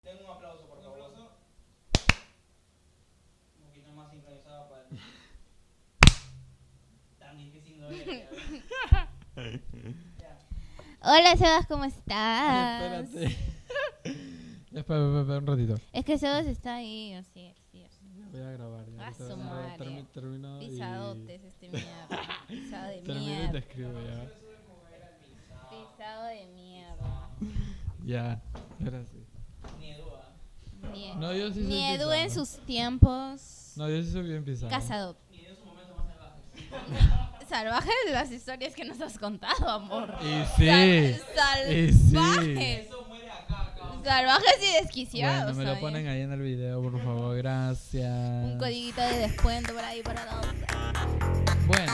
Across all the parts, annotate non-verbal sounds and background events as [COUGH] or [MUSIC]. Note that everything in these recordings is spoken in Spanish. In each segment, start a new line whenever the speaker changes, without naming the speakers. [LAUGHS]
Hola Sebas, ¿cómo estás?
Espérate. [LAUGHS] Ya, espera, espera, espera, un ratito.
Es que Sebas está ahí, así, así, así.
Ya Voy a grabar. Ya.
Ah, su
Ahorita voy a grabar,
madre.
termi- termino y-
Pisadotes este mierda. Pisado de
Termino y te
mierda.
escribo ya.
Pisado de mierda.
Ya, ahora sí.
Ni,
No, yo sí soy
ni Edu en
pisado.
sus tiempos.
No, yo sí soy bien pisado.
Casado. Salvajes las historias que nos has contado, amor.
Y
Sal-
sí. y sí.
salvajes. Salvajes y desquiciados.
Bueno, me lo
oye.
ponen ahí en el video, por favor. Gracias.
Un codiguito de descuento por ahí para la otra.
Bueno.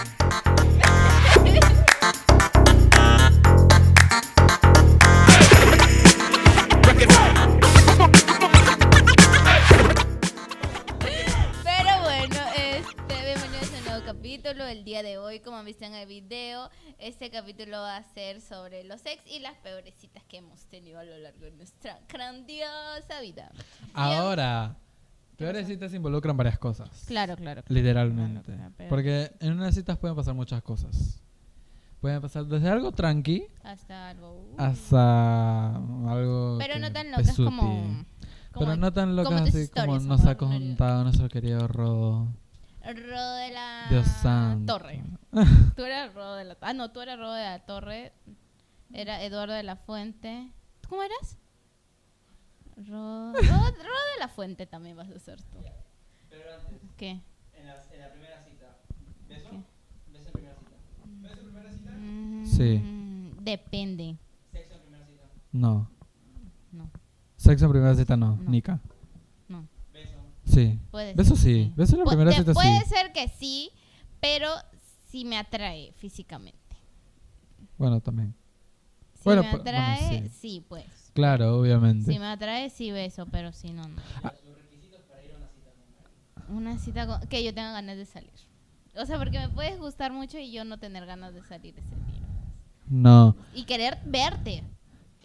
Pero bueno, este, bienvenidos a un nuevo capítulo. El día de hoy, como viste en el video, este capítulo va a ser sobre los ex y las peores citas que hemos tenido a lo largo de nuestra grandiosa vida.
Ahora, peores citas involucran varias cosas.
Claro, claro.
Literalmente.
Claro, claro,
Porque en unas citas pueden pasar muchas cosas. Pueden pasar desde algo tranqui
Hasta algo. uh,
hasta algo.
pero
que
no tan locas como,
pesuti.
como
Pero no tan locas
como tus
así como
historias,
nos ha
amor, no digas.
contado nuestro querido Rodo.
Ro de la
Dios santo.
Torre. Tú eras Ro de la Ah, no, tú eras Ro de la Torre. Era Eduardo de la Fuente. ¿Tú ¿Cómo eras? Ro, Ro, Ro de la Fuente también vas a ser tú.
Pero antes,
¿Qué?
en la, en la primera cita. ¿Beso?
¿Qué?
¿Beso en primera cita? ¿Beso en primera cita?
Sí.
Mm, Depende.
¿Sexo en primera cita?
No.
No,
Sexo en primera cita no,
No.
Nica.
no.
¿Beso?
Sí.
Puede
Beso
ser
sí. Beso en la
Pu-
primera
te-
cita sí.
Puede ser que sí, pero sí me atrae físicamente.
Bueno, también.
Si
Bueno,
me
pu- bueno,
atrae,
sí.
sí. pues.
Claro, obviamente.
Si me atrae, sí beso, pero si no, no.
Ah.
Los requisitos para ir a una cita. ¿no?
Una cita con- que yo tenga ganas de salir. O sea, porque me puedes gustar mucho y yo no tener ganas de salir ese día.
No.
Y querer verte.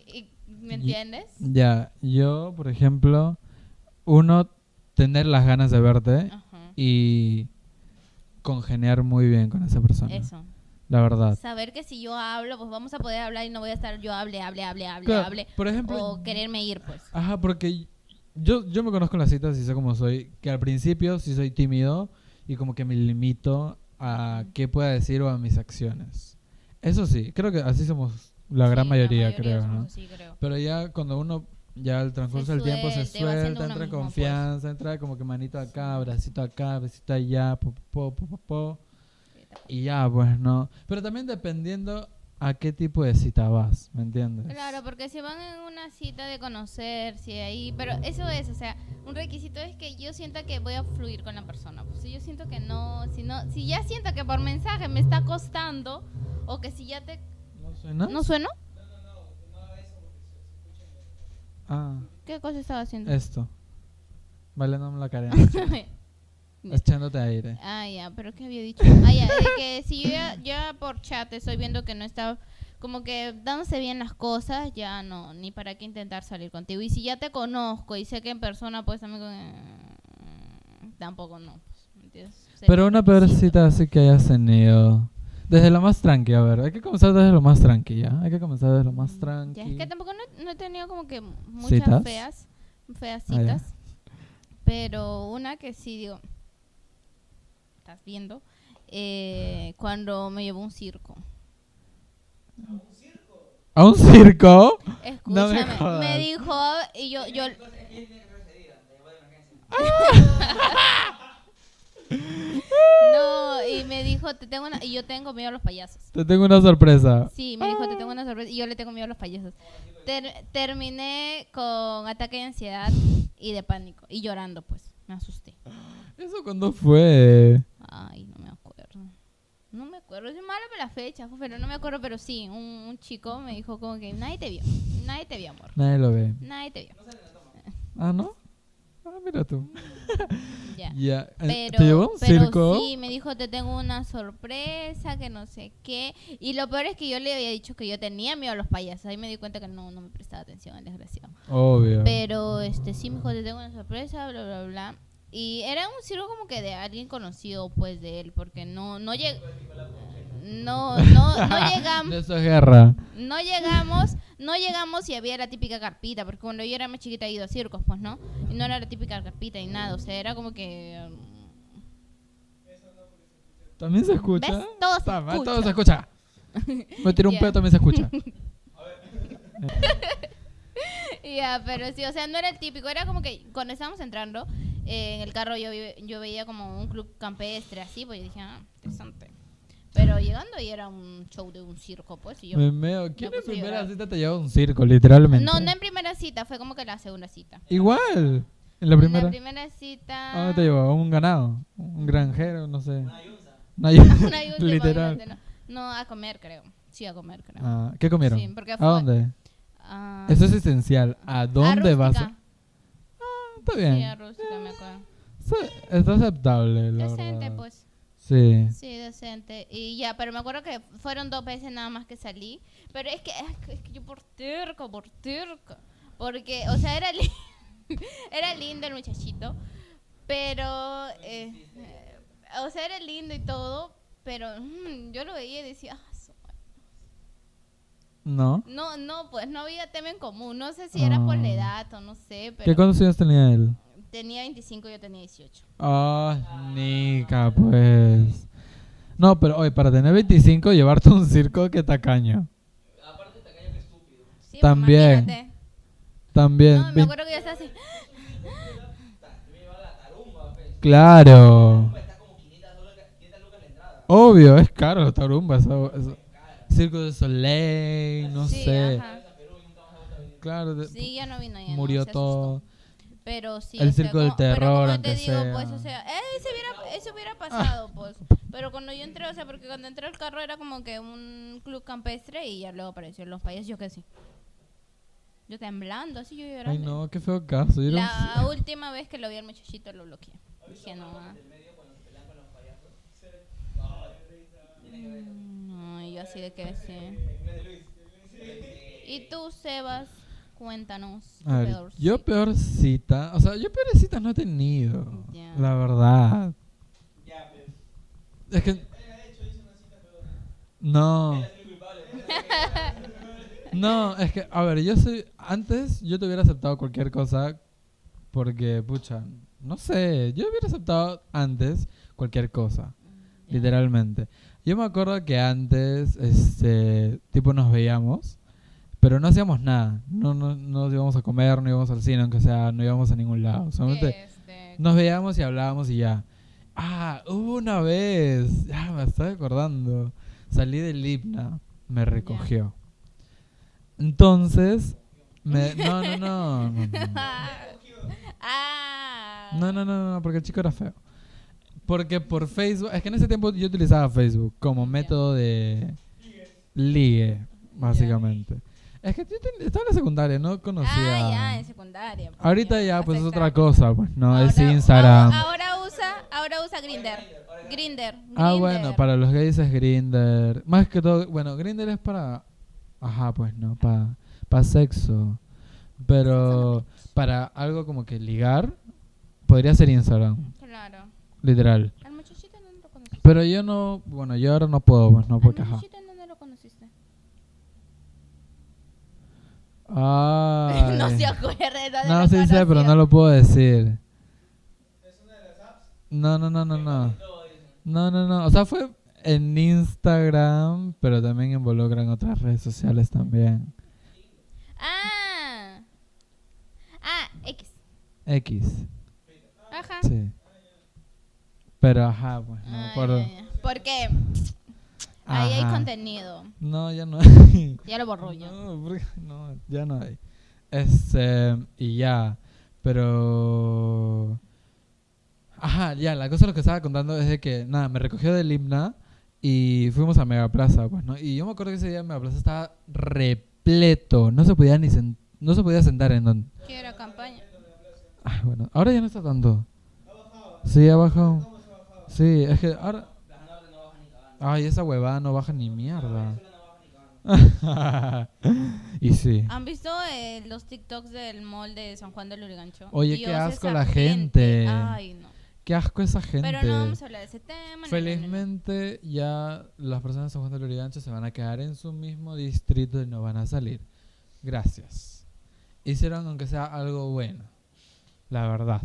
Y- ¿Me
Y-
entiendes?
Ya, yo, por ejemplo, uno, tener las ganas de verte
Ajá.
y congeniar muy bien con esa persona.
Eso.
La verdad.
Saber que si yo hablo, pues vamos a poder hablar y no voy a estar yo hable, hable, hable, hable,
Claro,
hable.
por ejemplo,
O quererme ir, pues.
ajá, porque yo, yo me conozco en las citas y sé cómo soy, que al principio sí soy tímido y como que me limito a qué pueda decir o a mis acciones. Eso sí, creo que así somos la gran
Sí,
mayoría,
mayoría
creo,
somos
¿no?
así, creo.
Pero ya cuando uno, ya al transcurso del tiempo se
suelta y va siendo
suelta,
uno
entra en
mismo, pues.
confianza, entra como que manito acá, bracito acá, besito allá, po, po, po, po, po. Y ya, pues no. Pero también dependiendo a qué tipo de cita vas, ¿me entiendes?
Claro, porque si van en una cita de conocerse ahí, pero eso es, o sea, un requisito es que yo sienta que voy a fluir con la persona. Pues si yo siento que no, si no, si ya siento que por mensaje me está costando o que si ya te
¿No suena?
no sueno,
Ah,
¿qué cosa estaba [LAUGHS] haciendo?
esto. Bailándome la cara.
[LAUGHS]
echándote aire.
ah, ya, pero qué había dicho. Ah, ya, de que si yo ya, ya por chat estoy viendo que no está como que dándose bien las cosas, ya no, ni para qué intentar salir contigo. Y si ya te conozco y sé que en persona, pues también con- tampoco no. pues, ¿me entiendes? O sea,
Pero una peor
sí,
cita así que hayas tenido. Desde lo más tranqui, a ver. Hay que comenzar desde lo más tranqui, ¿ya? Hay que comenzar desde lo más tranqui.
Mm, Ya, es que tampoco no, no he tenido como que muchas
¿Citas?
feas, feas
Ah, ya.
citas. Pero una que sí digo, estás viendo, eh, cuando me llevó un circo.
¿A un circo? No me
Escúchame, me,
jodas.
dijo y yo, yo [LAUGHS] no y me dijo te tengo una, y yo tengo miedo a los payasos.
Te tengo una sorpresa.
Sí, me dijo te tengo una sorpresa y yo le tengo miedo a los payasos. Ter- terminé con ataque de ansiedad y de pánico y llorando pues, me asusté.
¿Eso cuándo fue?
Ay, no me acuerdo. No me acuerdo, es malo para la fecha, pero no me acuerdo, pero sí, un, un chico me dijo como que nadie te vio, nadie te vio, amor.
Nadie lo ve.
Nadie te vio.
Ah, ¿no? Ah, mira tú.
Ya.
Ya. eh,
Pero,
¿Te llevó a un
pero
circo?
sí, me dijo, te tengo una sorpresa, que no sé qué. Y lo peor es que yo le había dicho que yo tenía miedo a los payasos. Ahí me di cuenta que no, no me prestaba atención al desgraciado.
Ah. Obvio.
Pero este sí me dijo, te tengo una sorpresa, bla, bla, bla. Y era un circo como que de alguien conocido, pues, de él, porque no, no llegó... no, no,
[LAUGHS]
no llegamos.
Ah, Eso es guerra.
No llegamos, no llegamos y había la típica carpita, porque cuando yo era más chiquita he ido a circos, pues, ¿no? Y no era la típica carpita ni nada, o sea, era como que... mm,
¿También se escucha? Ah,
¿Ves? Todo se
Está mal,
escucha.
Todo se escucha.
[LAUGHS]
Me tiró un
Ya.
pedo, también se escucha.
[LAUGHS] Ya, pero sí, o sea, no era el típico, era como que cuando estábamos entrando eh, en el carro yo, vi- yo veía como un club campestre así, pues yo dije, ah, interesante. Pero llegando y era un show de un circo, pues, y yo...
Me meo. ¿Quién
Me
en
puse a
primera
llorar.
cita te lleva a un circo, literalmente?
No, no en primera cita, fue como que la segunda cita.
Igual. En la primera. Ah,
La primera cita...
¿A dónde te llevó? ¿A un ganado? ¿Un granjero? No sé.
Una yunza.
[LAUGHS]
No,
[LAUGHS] Una y última, obviamente,
[LAUGHS] Literal.
No. No, a comer, creo. Sí, a comer, creo.
Ah, ¿Qué comieron?
Sí, porque
¿A
fue-
dónde?
Ah,
Eso es esencial. ¿A dónde vas?
rústica.
a- Ah, está
Sí, a
bien.
rústica, me acuerdo.
Sí, Está aceptable, la
Decente,
verdad.
pues.
Sí.
Sí, decente. Y ya, pero me acuerdo que fueron dos veces nada más que salí. Pero es que, es que, es que yo por turco, por turco. Porque, o sea, era, li- [LAUGHS] era lindo el muchachito. Pero, eh, eh, o sea, era lindo y todo. Pero mm, yo lo veía y decía, "Ah, su
¿No?
No, no, pues no había tema en común. No sé si era por la
Ah.
edad o no sé,
¿Qué
pero
cuántos años tenía él?
tenía 25 y yo tenía 18.
Ah, Nica, pues. No, pero oye, para tener 25, llevarte a un circo, que tacaño.
Aparte te que estúpido.
Sí, pues,
También.
imagínate.
También.
No, me
vi-
acuerdo que yo estaba así.
Ta- Me lleva la tarumba, pues.
Claro.
Tarumba está como 500 dólares, 500 lucas la entrada.
Obvio, es caro la tarumba. esa- esa- Circo de Soleil, no
Sí,
sé.
ajá.
Claro, de-
Sí, ya no vino ya. no,
murió
se asustó.
todo.
Pero sí.
El
o sea,
circo del
como- pero
terror,
como
aunque
te digo,
sea.
pues, o sea, eh, eso hubiera, eso hubiera
[LAUGHS]
pasado, pues. Pero cuando yo entré, o sea, porque cuando entré al carro era como que un club campestre y ya luego aparecieron los payasos. Yo que sí. Yo temblando, así yo llorando.
Ay, no, qué feo caso. ir a un
La
[LAUGHS] ci-
última vez que lo vi al muchachito lo bloqueé. Dije, no, ah. No, Mm, yo así de que sí. ¿Y tú, Sebas? Cuéntanos. tu
A ver,
peor
yo
cita.
peor cita. O sea, yo peores citas no he tenido.
Ya.
La verdad.
Ya, pues.
Es que. No.
Soy culpable.
[LAUGHS] No, es que, a ver, yo soy. Antes yo te hubiera aceptado cualquier cosa. Porque, pucha, no sé. Yo hubiera aceptado antes cualquier cosa. Literalmente. Yo me acuerdo que antes, este. Tipo, nos veíamos. Pero no hacíamos nada. No, no, no íbamos a comer, no íbamos al cine, aunque sea, no íbamos a ningún lado. Solamente
Este,
nos veíamos y hablábamos y ya. Ah, hubo una vez. Ya me estoy acordando. Salí del hipna. Me recogió. Entonces. Me, no, no, no, no, no.
[LAUGHS] ah.
No, no, no, no, porque el chico era feo. Porque por Facebook. Es que en ese tiempo yo utilizaba Facebook como método de. Ligue, básicamente. Es que yo ten- estaba en la secundaria, no conocía.
Ah, ya, en secundaria. pues,
Ahorita ya, pues es
acepta.
otra cosa, pues no, es
Ahora-
Instagram.
Ahora, ahora usa, ahora usa Grinder. Grinder.
Ah, bueno, para los gays es Grinder. Más que todo, bueno, Grinder es para. Ajá, pues no, para pa sexo. Pero para algo como que ligar, podría ser Instagram,
Claro.
literal.
Al muchachito no lo conociste.
Pero yo no, bueno, yo ahora no puedo, pues no, porque
Al [LAUGHS]
ajá.
muchachito no lo conociste. [LAUGHS]
Ah.
no se acuerda. de
No,
lo
sí sé, pero
conocido.
no lo puedo decir. No, no, no, no, no. No, no, no. O sea, fue en Instagram, pero también involucran otras redes sociales también.
Ah. Ah, X.
X.
Ajá. Ah,
Sí. Pero ajá, pues no me
Ay,
acuerdo.
ay, ay. Porque ahí hay
Ajá.
contenido.
No, ya no hay.
Ya lo borró yo.
No, porque- [LAUGHS] no, ya no hay. Este, y ya. Pero. Ajá, ya, la cosa lo que estaba contando es de que, nada, me recogió del himna y fuimos a Megaplaza, pues, ¿no? Y yo me acuerdo que ese día Megaplaza estaba repleto, no se podía ni sen- no se podía sentar en donde.
¿Qué era campaña?
Ah, bueno, ahora ya no está tanto. Sí, ha bajado. Sí, es que ahora. Ay, esa huevada no baja ni mierda. [LAUGHS] y sí.
¿Han visto eh, los TikToks del mall de San Juan del Lurigancho?
Oye,
Dios,
qué asco
esa
la gente.
Ay, no.
Qué Qué asco esa gente.
Pero no vamos a hablar de ese tema. no, no, no, no.
Felizmente ya las personas de San Juan del Lurigancho se van a quedar en su mismo distrito y no van a salir. Gracias. Hicieron aunque sea algo bueno, la verdad.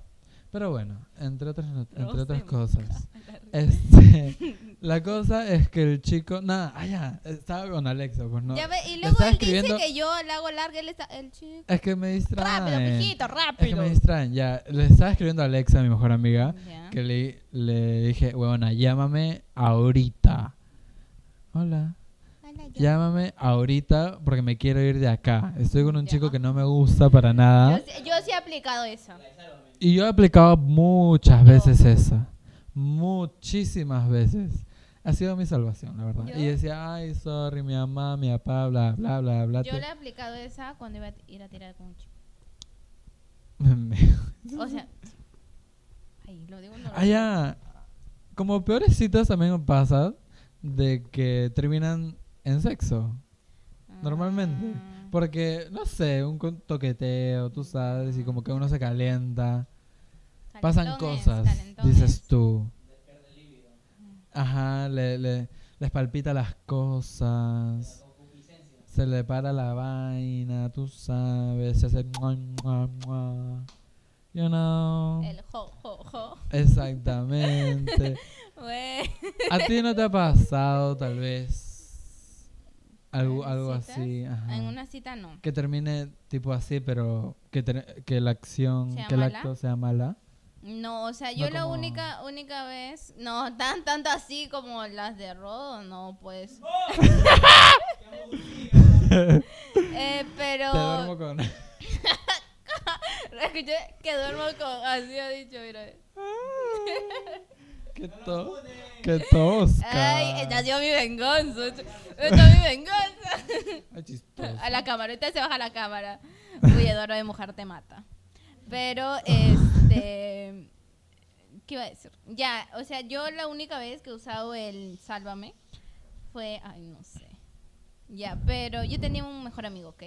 Pero bueno, entre otras, not- entre otras cosas. Este,
[LAUGHS]
la cosa es que el chico, nada, ah, ya, estaba con Alexa, pues no.
Ya ve, y
Le
luego
estaba
él dice
escribiendo-
que yo la hago larga, él está, el chico.
Es que me distraen.
Rápido, mijito,
es que
rápido.
me distraen, ya. Le estaba escribiendo a Alexa, mi mejor amiga.
Ya.
Que le, le dije, huevona, llámame ahorita. Hola.
Hola, yo.
Llámame ahorita porque me quiero ir de acá. Estoy con un
Ya.
chico que no me gusta para nada.
Yo, sí- yo sí he aplicado eso.
Y yo he aplicado muchas veces esa. Muchísimas veces. Ha sido mi salvación, la verdad.
Yo-
Y decía, ay, sorry, mi mamá, mi papá, bla, bla, bla, bla.
Yo
te-
le
[LAUGHS]
he aplicado esa cuando iba a t- ir a tirar con un chico. [LAUGHS] O sea. Ay, lo digo no lo
Ah, ya. Como peores citas también pasa de que terminan en sexo.
digo.
normalmente. Pues,
Ah.
Porque, no sé, un con- toqueteo, tú sabes, y como que uno se calienta. Pasan
Calentones,
cosas,
calentones.
dices tú. Ajá, le, le- les palpita las cosas. Se le para la vaina, tú sabes, se hace... mua, mua, mua. You know.
El jo, jo, jo. [LAUGHS]
Exactamente.
Güey.
¿A ti no te ha pasado,
[LAUGHS]
tal vez? Algo,
¿En
algo
citas?
así. ajá.
En una cita no.
Que termine tipo así, pero que, ter- que la acción,
¿Sea
que el
mala?
acto sea mala.
No, o sea,
No
yo la
como-
única única vez, no, tan tanto así como las de Rodo, no, pues. [LAUGHS] Eh, pero
Te
[LAUGHS]
duermo con. [LAUGHS]
escuché que duermo con así ha dicho, mira.
que to... que tosca.
Ay, eh, esta ha sido mi venganza. Esta esta es mi venganza.
Ay, chistoso.
A la cámara, ahorita se baja la cámara. Uy, Eduardo de mujer te mata. Pero, este. ¿Qué iba a decir? Ya, o sea, yo la única vez que he usado el Sálvame fue. Ay, no sé. Ya, pero yo tenía un mejor amigo, ¿ok?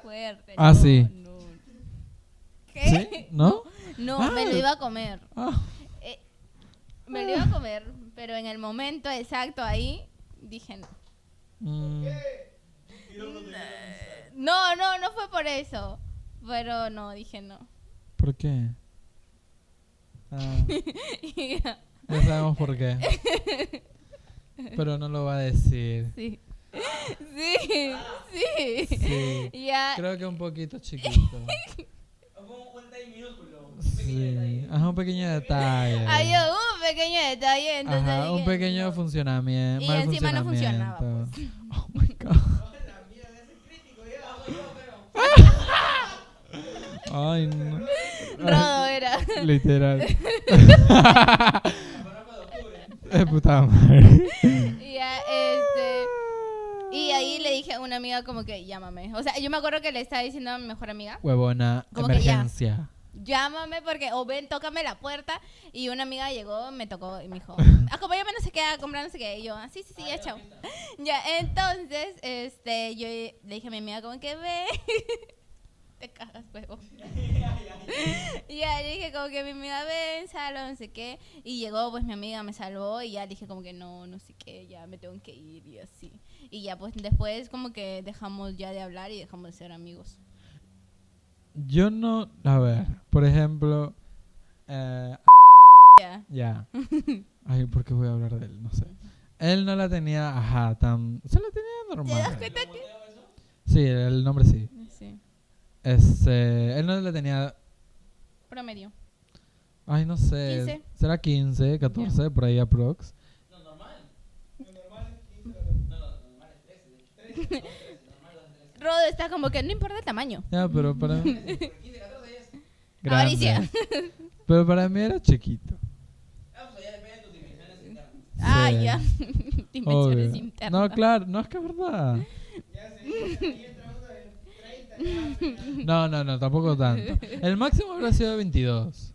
Fuerte.
Ah,
no,
sí.
no.
¿Sí?
[LAUGHS] ¿Qué?
¿No?
No,
Ah.
me lo iba a comer.
Ah,
Eh, me lo iba a comer, pero en el momento exacto ahí dije no.
mm,
No, no, no fue por eso. Pero no, dije no. [LAUGHS]
¿Por qué? Ah, ya sabemos por qué.
[LAUGHS]
Pero no lo va a decir.
sí. Sí, sí.
Sí.
Ya.
Creo que un poquito chiquito. Sí. Ajá, un pequeño detalle.
Hay un pequeño detalle. Entonces
Ajá, un
dije,
pequeño
no.
funcionamiento.
Y
mal
encima no funcionaba, pues.
funcionamiento. [LAUGHS] Oh my god. Ay, no.
Rodo era.
[LAUGHS] Literal. Eh, puta madre.
[LAUGHS] Y ya, este. Y ahí le dije a una amiga como que llámame. O sea, yo me acuerdo que le estaba diciendo a mi mejor amiga,
Huevona,
Como que ya.
emergencia.
llámame porque, o ven, tócame la puerta. Y una amiga llegó, me tocó y me dijo, acompáñame no sé qué, a comprar no sé qué. Y yo, ah, sí, sí, sí, ya, chao. [LAUGHS] Ya, entonces, este, yo le dije a mi amiga como que ve. [LAUGHS] Te cagas, huevo. Y ya le dije como que mi amiga ven, salvo, no sé qué. Y llegó, pues mi amiga me salvó y ya dije como que no, no sé qué, ya me tengo que ir y así. Y ya pues después como que dejamos ya de hablar y dejamos de ser amigos.
Yo no. A ver, por ejemplo. eh,
Ya. [LAUGHS]
Ya. Ay, ¿por qué voy a hablar de él? No sé. Él no la tenía, ajá, tan. Se la tenía
¿Te das
normal.
cuenta que?
Sí, el nombre sí.
Sí.
Este, él no la tenía.
Promedio.
Ay, no sé.
15.
Será 15, 14, por ahí aprox.
Rodo está como que no importa el tamaño.
Ya, pero
[LAUGHS]
para mí.
Avaricia.
Grande. Pero para mí era chiquito.
[LAUGHS] Ah,
Sí,
ya. [LAUGHS] Dimensiones
obvio.
internas.
No, claro, no es que
[LAUGHS]
es verdad. No, no, no, tampoco tanto. El máximo habrá sido
[LAUGHS]
22.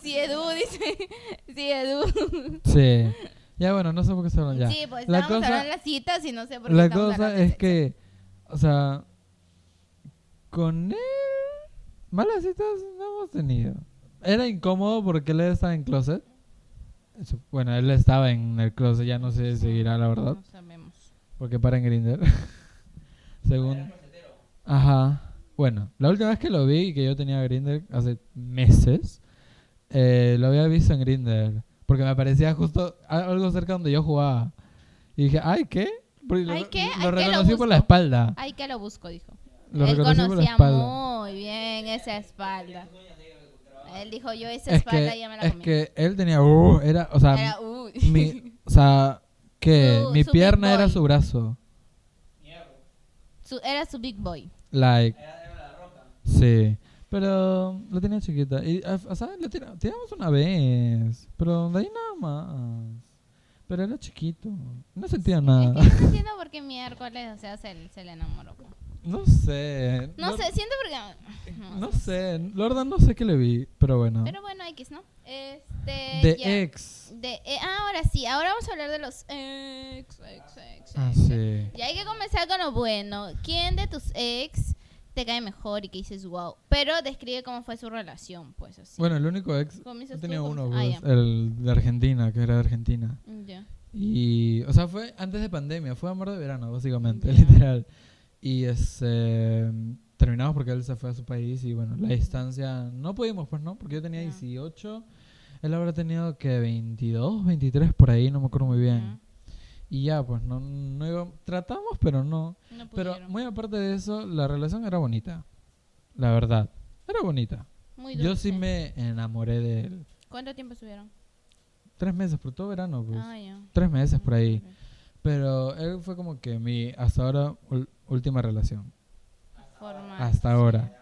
Sí, Edu, [LAUGHS] dice. Sí, Edu.
Sí. Ya, bueno, no sé por qué se hablan ya.
Sí, pues
La
estábamos
cosa-
hablando de las citas y no sé por qué
La
estamos
cosa
hablando de
es
sexo.
que, o sea, con él Malas citas no hemos tenido. Era incómodo porque él estaba en closet. Eso- Bueno, él estaba en el closet, ya no sé si seguirá, la verdad.
No sabemos.
Porque para en Grinder. [LAUGHS] Según.
Cafetero.
Ajá. Bueno, la última vez que lo vi y que yo tenía Grinder hace meses, eh, lo había visto en Grinder. Porque me aparecía justo a- algo cerca donde yo jugaba. Y dije, ¿ay qué? Porque
¿Ay,
lo,
qué?
lo
¿Ay, qué? Lo
reconocí por la
busco.
espalda.
Ay, que lo busco, dijo.
Lo
Él
reconocí por la
conocía
espalda.
muy bien esa espalda. Él dijo, yo esa
Es
espalda
que,
ya me la
es
comí.
que él tenía. uh, era, o sea,
Era, uy.
mi, o sea que
[LAUGHS] Su-
mi
su big
pierna era
boy.
su brazo.
Su- era su big boy.
Like,
Era, era la roca.
Sí. Pero lo tenía chiquita. Y, ah, f- ¿sabes? Lo tira- tiramos una vez. Pero de ahí nada más. Pero era chiquito. No sentía
[LAUGHS]
nada.
Es que no entiendo por qué miércoles, o sea, se, se le enamoró.
No sé.
No
Lor-
sé, siento porque...
No, sé. La verdad no sé qué le vi. Pero bueno.
Pero bueno, X, ¿no? Este,
De
ya.
ex.
De, eh, ah, ahora sí, ahora vamos a hablar de los ex, ex, ex,
Ah,
ex.
sí.
Y hay que comenzar con lo bueno. ¿Quién de tus ex te cae mejor y que dices wow? Pero describe cómo fue su relación, pues así.
Bueno, el único ex.
Comienzas
He
tú,
tenido uno,
comienzas-
pues, el de Argentina, que era de Argentina.
ah, ya. Ya.
Y, o sea, fue antes de pandemia, fue amor de verano, básicamente,
Ya.
[LAUGHS] literal. Y este, terminamos porque él se fue a su país y bueno, la distancia no pudimos, pues no, porque yo tenía
Ya.
18, él habrá tenido que 22, 23 por ahí, no me acuerdo muy bien. Y ya, pues no, no iba, tratamos, pero no.
Ya. No
Pero
pudieron.
muy aparte de eso, la relación era bonita, la verdad, era bonita.
Muy
Yo sí
dulce.
me enamoré de él.
¿Cuánto tiempo estuvieron?
Tres meses, por todo verano, pues.
ah, ya.
Tres meses por ahí.
Ok.
Pero él fue como que mi hasta ahora ul- última relación.
Formal.
Hasta ahora.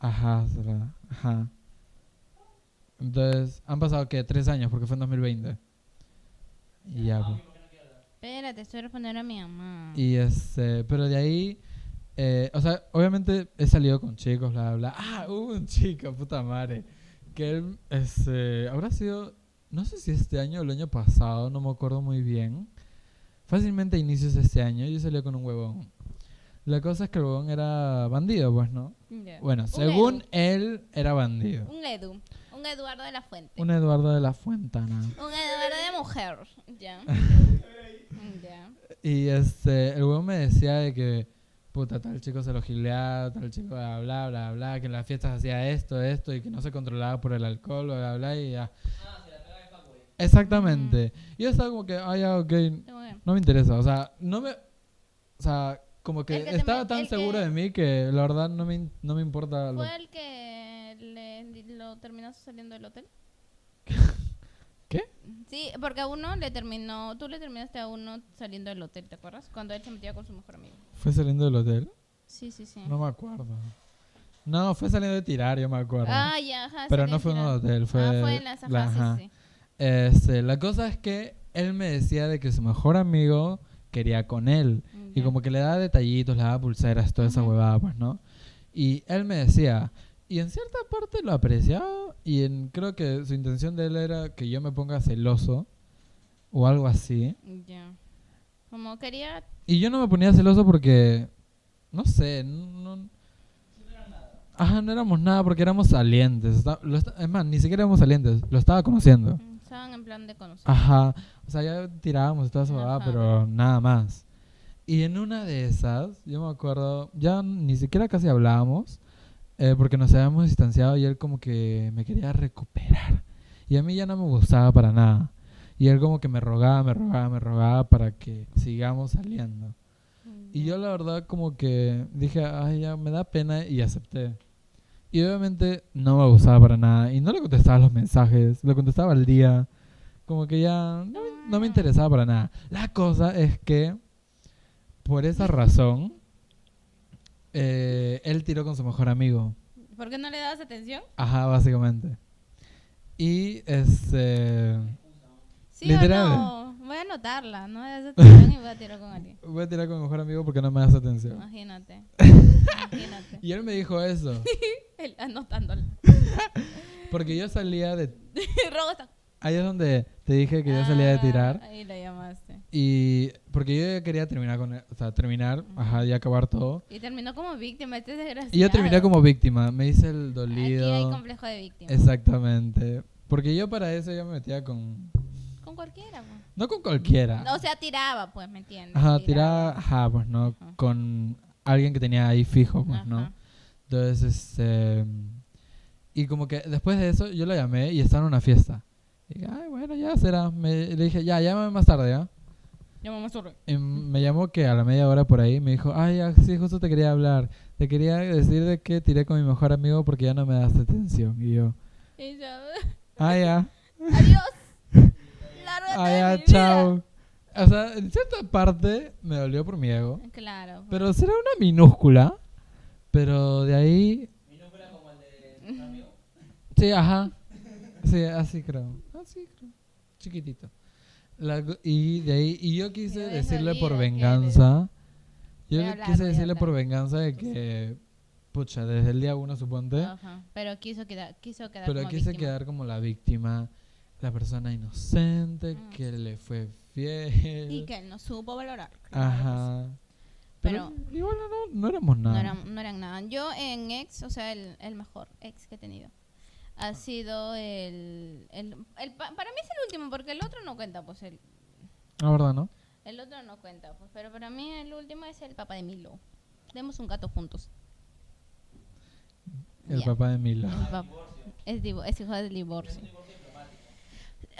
Ajá, hasta la- ajá. Entonces, han pasado que tres años porque fue en 2020. Y ya. pues.
Espérate, estoy respondiendo a mi mamá.
Y este, pero de ahí, eh, o sea, obviamente he salido con chicos, bla, bla. Ah, hubo un chico, puta madre. Que él, este, habrá sido, no sé si este año o el año pasado, no me acuerdo muy bien. Fácilmente a inicios de este año, yo salí con un huevón. La cosa es que el huevón era bandido, pues, ¿no?
Ya.
Bueno,
Eh, Un
según él, era bandido.
Edu, Un Edu. Un Eduardo de la Fuente.
Un Eduardo de la Fuentana.
Un Eduardo de mujer.
[LAUGHS]
Ya. ya.
Y este, el huevón me decía de que, puta, tal chico se lo gileaba, tal chico bla, bla, bla, bla, que en las fiestas hacía esto, esto, y que no se controlaba por el alcohol, bla, bla, bla, y ya.
Ah, se la pegaba de fanboy.
Exactamente. Y yo estaba como que, ah, ya, ok,
Tengo que-
no me interesa, o sea, no me, o sea, como que,
El que te
estaba
met-
tan
el que-
seguro de mí que la verdad no me, in- no me importa lo
¿Fue el que le, lo terminó saliendo del hotel?
[LAUGHS] ¿Qué?
Sí, porque a uno le terminó, tú le terminaste a uno saliendo del hotel, ¿te acuerdas? Cuando él se metía con su mejor amigo.
¿Fue saliendo del hotel?
Sí, sí, sí.
No me acuerdo. No, fue saliendo de tirar, yo me acuerdo.
ah, ya, ajá.
Pero
salió
no fue en un
tirando.
hotel, fue...
ah, fue en las
la- ajá.
ajá, sí, sí.
Este, la cosa es que él me decía de que su mejor amigo quería con él. Y
Ya.
como que le daba detallitos, le daba pulseras, toda esa
Ujú.
huevada, pues, ¿no? Y él me decía, y en cierta parte lo apreciaba, y en- creo que su intención de él era que yo me ponga celoso o algo así.
Ya. Como quería
Y yo no me ponía celoso porque, no sé, no... no- Ajá, no éramos nada porque éramos salientes. está- lo está- es más, ni siquiera éramos salientes. Lo estaba conociendo.
Mm, Estaban en plan de conocer.
Ajá. O sea, ya tirábamos y toda esa babada,
Ajá.
pero nada más. Y en una de esas, yo me acuerdo, ya ni siquiera casi hablábamos, eh, porque nos habíamos distanciado y él como que me quería recuperar. Y a mí ya no me gustaba para nada. Y él como que me rogaba, me rogaba, me rogaba para que sigamos saliendo. Y yo la verdad como que dije, ay, ya me da pena y acepté. Y obviamente no me gustaba para nada. Y no le contestaba los mensajes, le contestaba al día. Como que ya no me, no me interesaba para nada. La cosa es que, por esa razón, eh, él tiró con su mejor amigo.
¿Por qué no le dabas atención?
Ajá, básicamente. Y este...
Sí
Literal.
o no. Voy a anotarla, no le das atención y voy a tirar con alguien.
Voy a tirar con mi mejor amigo porque no me das atención.
Imagínate.
[LAUGHS]
Imagínate.
Y él me dijo eso.
Él anotándola. [LAUGHS]
Porque yo salía de
Robo está.
Ahí es donde te dije que yo salía de tirar.
Ah, Y la llamaste.
Y porque yo ya quería terminar con, o sea, terminar, ajá, y acabar todo.
Y terminó como víctima, este desgraciado.
Y yo terminé como víctima, me hice el
Aquí hay
dolido.
complejo de víctima.
Exactamente. Porque yo para eso yo me metía con
Con cualquiera, pues.
no con cualquiera.
O sea, tiraba, pues, ¿me entiendes?
Ah. Ajá, tiraba, ajá, pues no,
Ajá.
con alguien que tenía ahí fijo, pues, ¿no?
Ajá.
Entonces, este. Y como que después de eso, yo la llamé y estaba en una fiesta. Y dije, ay, bueno, ya será. Me, le dije, ya, llámame más tarde, ¿ah?". ¿ya?
Llamamos sobre.
Y me llamó que a la media hora por ahí me dijo, ay, ya, sí, justo te quería hablar. Te quería decir de que tiré con mi mejor amigo porque ya no me das atención. Y yo,
Y yo,
ah, ya,
[LAUGHS] adiós. Lárgate
ah,
de mi
ya,
vida".
chao. O sea, en cierta parte me dolió por mi ego.
Claro. pues.
Pero será una minúscula. Pero de ahí.
Minúscula como el de tu amigo.
Sí, ajá. Sí, así creo. Así creo. Chiquitito. La go- y de ahí. Y yo quise
Pero es
decirle por
jodido que eres.
venganza.
Voy
Yo
a
le
hablar,
quise
voy a
decirle por
hablar.
venganza de que. Pucha, desde el día uno, suponte.
Ajá. Pero quiso quedar, quiso quedar
¿Eh? pero
como
quise
víctima.
quedar como la víctima. La persona inocente
Mm.
que le fue fiel.
Y que él no supo valorar.
Ajá. Pero, igual no, no, no éramos nada.
No eran, no eran nada. Yo en ex, o sea, el, el mejor ex que he tenido ha sido el, el, el pa- Para mí es el último, porque el otro no cuenta, pues el,
La verdad, ¿no?
el otro no cuenta, pues. Pero para mí el último es el papá de Milo. Demos un gato juntos.
El
Ya.
papá de Milo.
El pap- es, divo- Ah. es hijo del divorcio.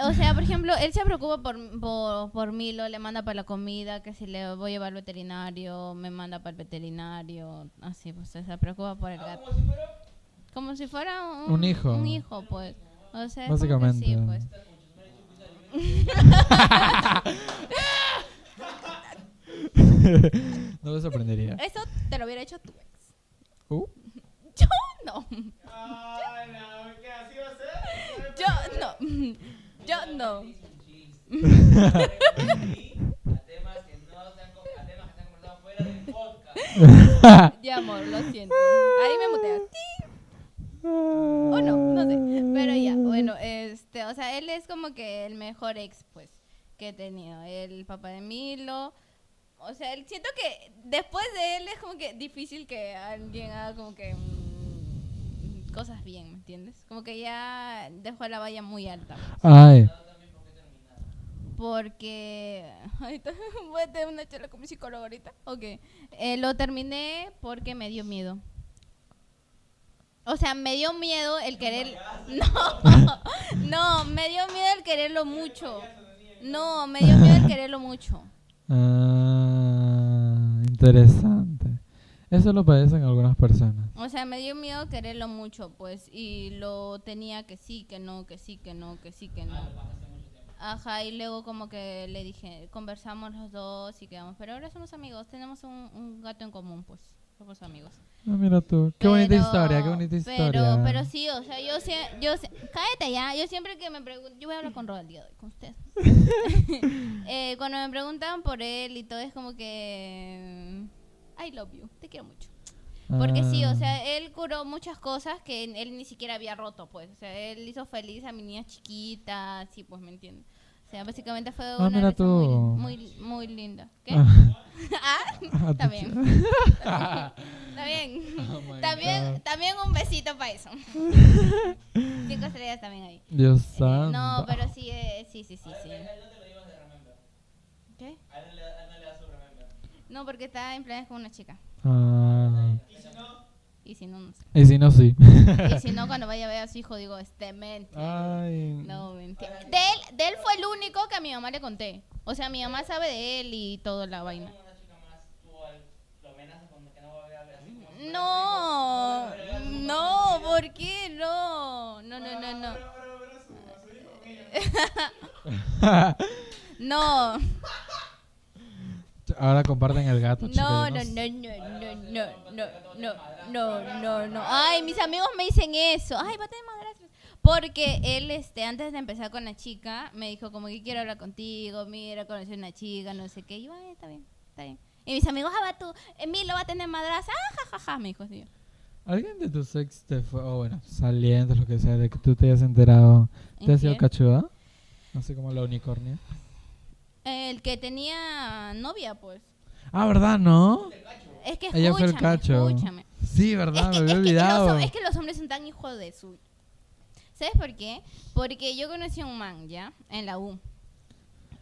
O sea, por ejemplo, él se preocupa por, por, por Milo, le manda para la comida, que si le voy a llevar al veterinario, me manda para el veterinario, así, pues se preocupa por el gato.
Como si fuera
Como si fuera un,
Un hijo.
Un hijo, pues. O sea, es como que
[LAUGHS] Básicamente.
sí, pues.
[LAUGHS] no me sorprendería.
Eso te lo hubiera hecho tu ex.
Uh,
Yo no.
Ay, no, ¿qué así va a ser?
Yo no. [LAUGHS] Yo no.
Es un chiste. A temas que no se han co- a temas que se han conversado fuera del podcast.
Ya, amor, lo siento. Ahí me muteas. Sí. O no, no sé. Pero ya, bueno, este, o sea, él es como que el mejor ex, pues, que he tenido. El papá de Milo. O sea, él- siento que después de él es como que difícil que alguien haga como que mm, cosas bien, ¿me entiendes? Como que ya dejó la valla muy alta.
Ay.
Porque. [LAUGHS] Ay, t- Voy a tener una charla con mi psicólogo ahorita. Ok. Eh, lo terminé porque me dio miedo. O sea, me dio miedo el querer. [LAUGHS] No, [LAUGHS] no, me dio miedo el quererlo mucho. No, me dio miedo el quererlo mucho.
Ah, interesante. Eso lo padecen algunas personas.
O sea, me dio miedo quererlo mucho, pues. Y lo tenía que sí, que no, que sí, que no, que sí, que no. Ajá, y luego como que le dije, conversamos los dos y quedamos. Pero ahora somos amigos, tenemos un, un gato en común, pues. Somos amigos.
Ah, mira tú. Qué bonita historia, qué bonita historia.
Pero, pero sí, o sea, yo, sie- yo sie- cállate ya, yo siempre que me preguntan, yo voy a hablar con Rob el día de hoy, con
[LAUGHS]
usted. Eh, cuando me preguntan por él y todo es como que, I love you, te quiero mucho. Porque sí, o
Ah,
sea, él curó muchas cosas que n- él ni siquiera había roto, pues. O sea, él hizo feliz a mi niña chiquita, sí, pues, ¿me entiendes? O sea, básicamente fue una
Ah, mira
relación muy,
tú.
muy, muy linda. ¿Qué?
ah,
[LAUGHS] Ah,
ah, [LAUGHS]
está
tu
bien.
chi-
[LAUGHS] está bien.
[LAUGHS] Oh my
[LAUGHS]
God.
También, también un besito para
[LAUGHS]
eso. Cinco estrellas también ahí.
Dios
Eh,
santo.
No, pero sí, eh, sí, sí, sí, sí.
Él no te lo llevas de remember.
¿Qué?
A él no le da- a él no le da su remember.
No, porque está en planes con una chica.
Ah,
Y si no,
Y si no, no sé.
y si no, sí.
Y si no, cuando vaya a ver a su hijo, digo, este mente.
Ay.
No, mentira. De él, de él fue el único que a mi mamá le conté. O sea, mi mamá sabe de él y toda la vaina.
como una chica más, tú al- lo amenazas con que no va a ver a ver así como si fuera
No, no, ¿por qué? No, no, no, no, no. No,
[LAUGHS] Ahora comparten el gato, chicos.
no, no, no,
yo sé.
no, no, no, no, no, no, no. Ay, mis amigos me dicen eso. Ay, va a tener madrastros. Porque él, este, antes de empezar con la chica, me dijo como que quiero hablar contigo, mira, conocí a una chica, no sé qué. Y yo, ay, está bien, está bien. Y mis amigos, ah, va tú, Emilio va a tener madraza, ah, ja, ja, ja, me dijo, tío.
¿Alguien de tus ex te fue, o bueno, saliendo, lo que sea, de que tú te hayas enterado, te
¿En
has sido ah?
qué?
cachuda? Así como la unicornia.
El que tenía novia, pues.
Ah, ¿verdad, no?
Es que escúchame,
Ella fue el cacho.
escúchame.
Sí,
Es
¿verdad?
que,
Me
es que
había
los
olvidado.
hom- es que los hombres son tan hijos de su... ¿Sabes por qué? Porque yo conocí a un man, ¿ya? En la U.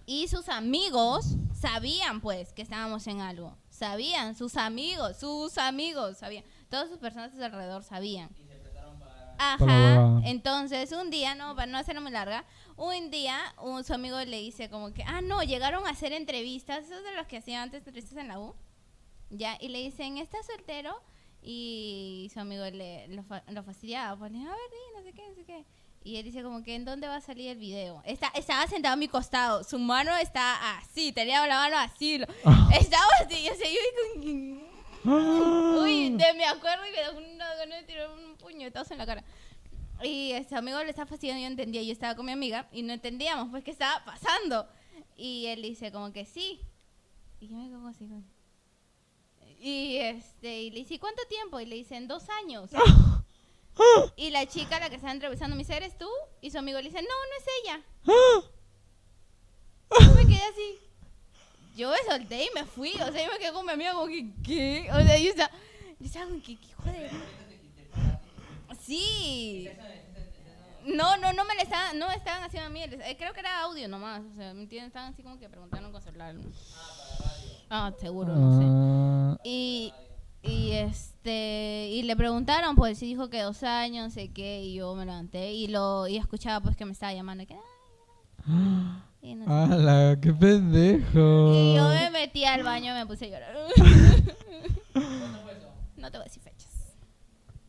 Y sus amigos sabían, pues, que estábamos en algo. Sabían, sus amigos, sus amigos sabían. Todas sus personas a su alrededor sabían.
Para la
Ajá.
huevada.
Entonces, un día, no, para no hacerlo muy larga, un día un, su amigo le dice como que, ah, no, llegaron a hacer entrevistas, esos de los que hacían antes entrevistas en la U, ya, y le dicen, ¿estás soltero? Y su amigo le, lo, fa- lo fastidiaba, pues, le dice, a ver, di, no sé qué, no sé qué. Y él dice como que, ¿en dónde va a salir el video? Está, estaba sentado a mi costado, su mano está así, tenía la mano así, lo- estaba así, yo sé, yo con... Uy, de- me acuerdo y me da una gana de tirar un puñetazo en la cara. Y ese amigo le estaba fastidiando, yo entendía, yo estaba con mi amiga y no entendíamos pues qué estaba pasando. Y él dice como que sí. Y yo me quedo así. como- Y este, y le dice, "¿Y ¿cuánto tiempo? Y le dicen, dos años. y la chica a la que estaba entrevistando me dice, ¿eres tú? Y su amigo le dice, no, no es ella. Yo me quedé así. Yo me solté y me fui. O sea, yo me quedé con mi amiga como que, ¿qué? O sea, yo estaba, yo estaba como que, ¿qué hijo de...? Sí. No, no, no me le estaban, no me estaban haciendo a mí. les- eh, creo que era audio nomás. O sea, ¿me entienden? Estaban así como que preguntaron con celular. Ah, seguro, no sé.
Ah,
Y, y este y le preguntaron pues si dijo que dos años no sé qué y yo me levanté y lo y escuchaba pues que me estaba llamando y que, "Ay, y no sé.
¡Hala! Ah, ¡Qué pendejo!
Y yo me metí al baño y me puse a llorar
[LAUGHS]
no te voy a decir fechas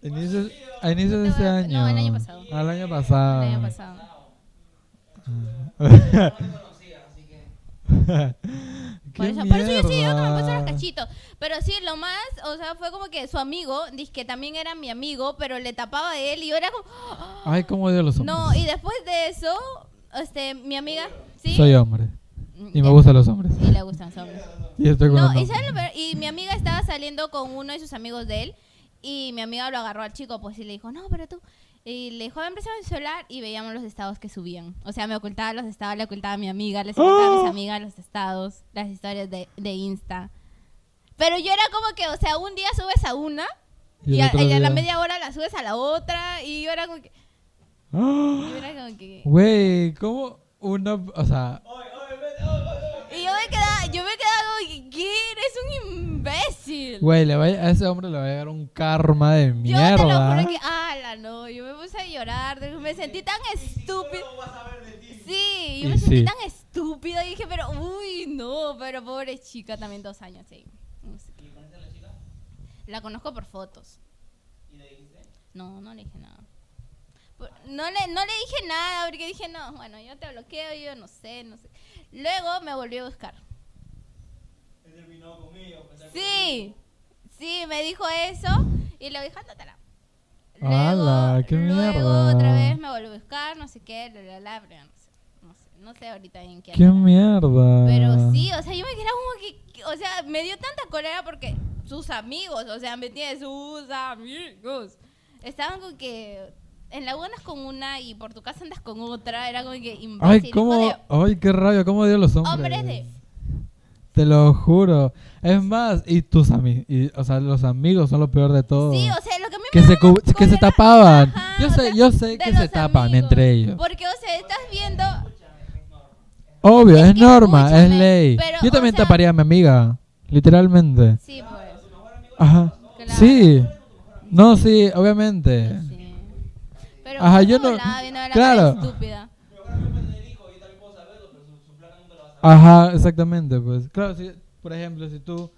A inicios, a inicios
No,
de este
no,
año.
el año pasado.
Al año pasado.
el año
[LAUGHS]
pasado
¡Qué
por eso, por eso yo sí yo no me puse los
mierda!
cachitos pero sí lo más o sea fue como que su amigo dice que también era mi amigo pero le tapaba de él y yo era como "Ah".
Ay, cómo odio a los hombres.
no y después de eso este mi amiga sí
Soy hombre. Y me
Ya.
gustan los hombres.
y le gustan los hombres
Y estoy con
No,
los
y, ¿sabes lo
hombres.
peor? Y mi amiga estaba saliendo con uno de sus amigos de él y mi amiga lo agarró al chico, pues y le dijo, no, pero tú. Y le dijo, empezar a celular y veíamos los estados que subían. O sea, me ocultaba los estados, le ocultaba a mi amiga, les ocultaba a
¡Ah!
mis amigas los estados, las historias de, de Insta. Pero yo era como que, o sea, un día subes a una
Y
y,
el
a,
otro
y a la
día-
media hora la subes a la otra y yo era como que...
¡Ah!
Yo era como que
Güey, ¿cómo una. O sea.
y yo me quedaba, yo me quedaba como que, ¿qué? Eres un imbécil.
Güey, le va a, a ese hombre le va a llegar un karma de
Yo te lo
mierda.
juro que, ala, no, yo me puse a llorar, de- me sentí tan estúpido. Sí, yo
Y
me sentí
sí.
tan estúpido y dije, pero, uy, no, pero pobre chica, también dos años, sí. No sé qué. La conozco por fotos. No, no le dije nada. Por- No le, no le dije nada porque dije, no, bueno, yo te bloqueo, yo no sé, no sé. Luego me volvió a buscar.
Pues,
Sí, sí, me dijo eso y le dije, ándatela. Luego,
¡Hala, qué
luego
mierda!
otra vez me volvió a buscar, no sé qué, la, la, la, pero no sé, no sé, no sé ahorita bien qué.
¡Qué
andará.
mierda!
Pero sí, o sea, yo me quedaba como que, que- o sea, me dio tanta cólera porque sus amigos, o sea, me tiene sus amigos, estaban con que en la U andas con una y por tu casa andas con otra, era como que imbécil.
Ay,
hijo
cómo.
de-
Ay, qué rabia, cómo odio a los hombres.
Hombres de...
Te lo juro. Es más, y tus amigos. O sea, los amigos son lo peor de todo.
Sí, o sea, lo que a mí me
Oh. que
daba
se, cu- que se
cólera-
tapaban.
Ajá,
yo
o
sé,
sea,
yo sé
de
que se
los
tapan
amigos.
entre ellos.
Porque, o sea, estás viendo.
Obvio,
es
es,
que
norma, es
escúchame,
ley.
pero,
yo
o
también
sea-
taparía a mi amiga, literalmente.
Sí, pues.
Ajá.
Claro.
Sí. No, sí, obviamente.
sí. Pero
Eh. Ajá,
uno
yo no-
volaba viendo a la
claro.
cara estúpida.
Ajá, exactamente, pues. Claro, si, por ejemplo, si tú,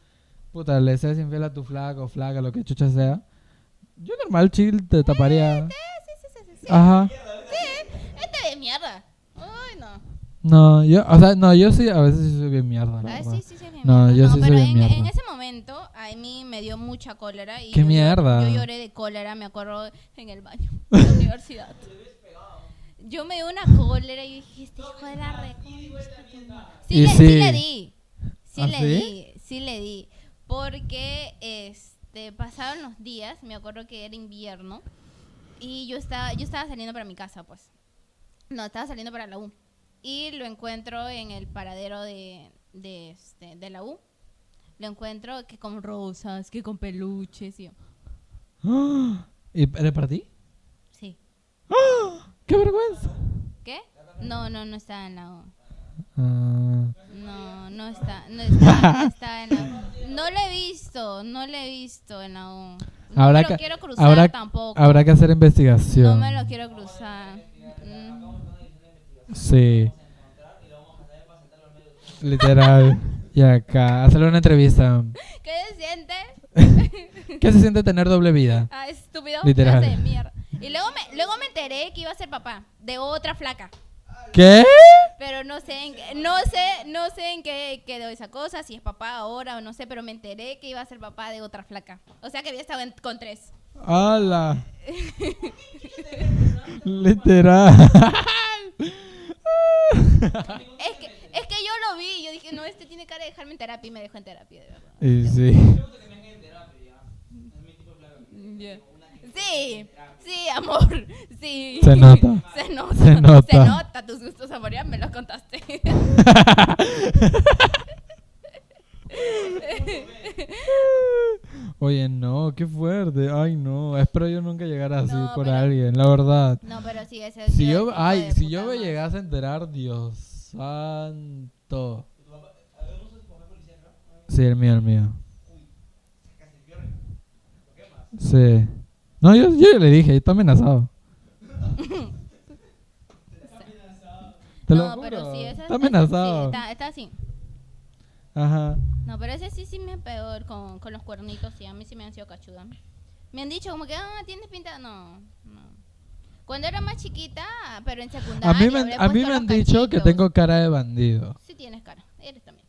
puta, le seas infiel a tu flaca o flaca, lo que chucha sea, yo normal, chill, te taparía.
Sí, sí, sí, sí, sí.
Ajá.
Sí, este de mierda. Uy, no.
No, yo, o sea, no, yo sí, a veces sí soy bien mierda, la
Ah,
verdad.
sí, sí, sí, es bien
No,
mierda.
yo sí soy
pero
bien
en, en
mierda.
ese momento a mí me dio mucha cólera. Y
¡Qué
yo llor-
mierda!
Yo lloré de cólera, me acuerdo, en el baño, en
[LAUGHS]
la universidad. Yo me dio una cólera y dije, este hijo de la re... Sí,
Y
le, sí.
sí.
le di. Sí
¿Ah,
le
sí?
di, sí le di. Porque este, pasaron los días, me acuerdo que era invierno, y yo estaba, yo estaba saliendo para mi casa, pues. No, estaba saliendo para la U. y lo encuentro en el paradero de, de, este, de la U. Lo encuentro que con rosas, que con peluches. Y yo,
[GASPS] ¿Y era para ti? [GASPS]
sí.
¡Qué vergüenza!
¿Qué? No, no, no está en la U.
Ah,
No, no está, no está, no está en la U. No lo he visto, no lo he visto en la U. No
habrá
me lo
que,
quiero cruzar
habrá,
tampoco.
habrá que hacer investigación.
No me lo quiero cruzar. Mm.
Sí. Literal. Y acá, hacerle una entrevista.
¿Qué se siente?
¿Qué se siente tener doble vida?
Ah, estúpido.
[LAUGHS] Literal.
clase de mierda. Y luego me, luego me enteré que iba a ser papá de otra flaca.
¿Qué?
Pero no sé en qué- no sé, no sé en qué quedó esa cosa, si es papá ahora o no sé, pero me enteré que iba a ser papá de otra flaca. O sea que había estado en- con tres.
¡Hala! Literal. [LAUGHS]
Es que, es que yo lo vi, yo dije, no, este tiene cara de dejarme en terapia y me dejó en terapia, de verdad.
Y sí. [LAUGHS]
Sí, sí, amor, sí.
Se nota.
Se nota.
Se
Se
nota.
nota. tus gustos amorial me los contaste.
Oye, no, qué fuerte. Ay, no. Espero yo nunca llegar así
No,
por
pero-
alguien, la verdad.
[LAUGHS] No, pero sí, ese
Si
sí es
yo,
hijo
ay,
de
si
puta
yo me
madre.
llegase a enterar, Dios santo. Sí, el mío, el mío. Sí. No, yo, yo ya le dije, está amenazado. [LAUGHS] Te lo
no, pero
juro,
sí, ese-
está
ese
amenazado.
Sí, está, está así.
Ajá.
No, pero ese sí sí me es peor con, con los cuernitos, sí, a mí sí me han sido cachuda. Me han dicho como que, ah, tienes pinta... No, no. Cuando era más chiquita, pero en secundaria...
A mí me,
habré
a mí
puesto
me
pues los
han dicho que
cachitos.
tengo cara de bandido,
Sí tienes cara, eres también.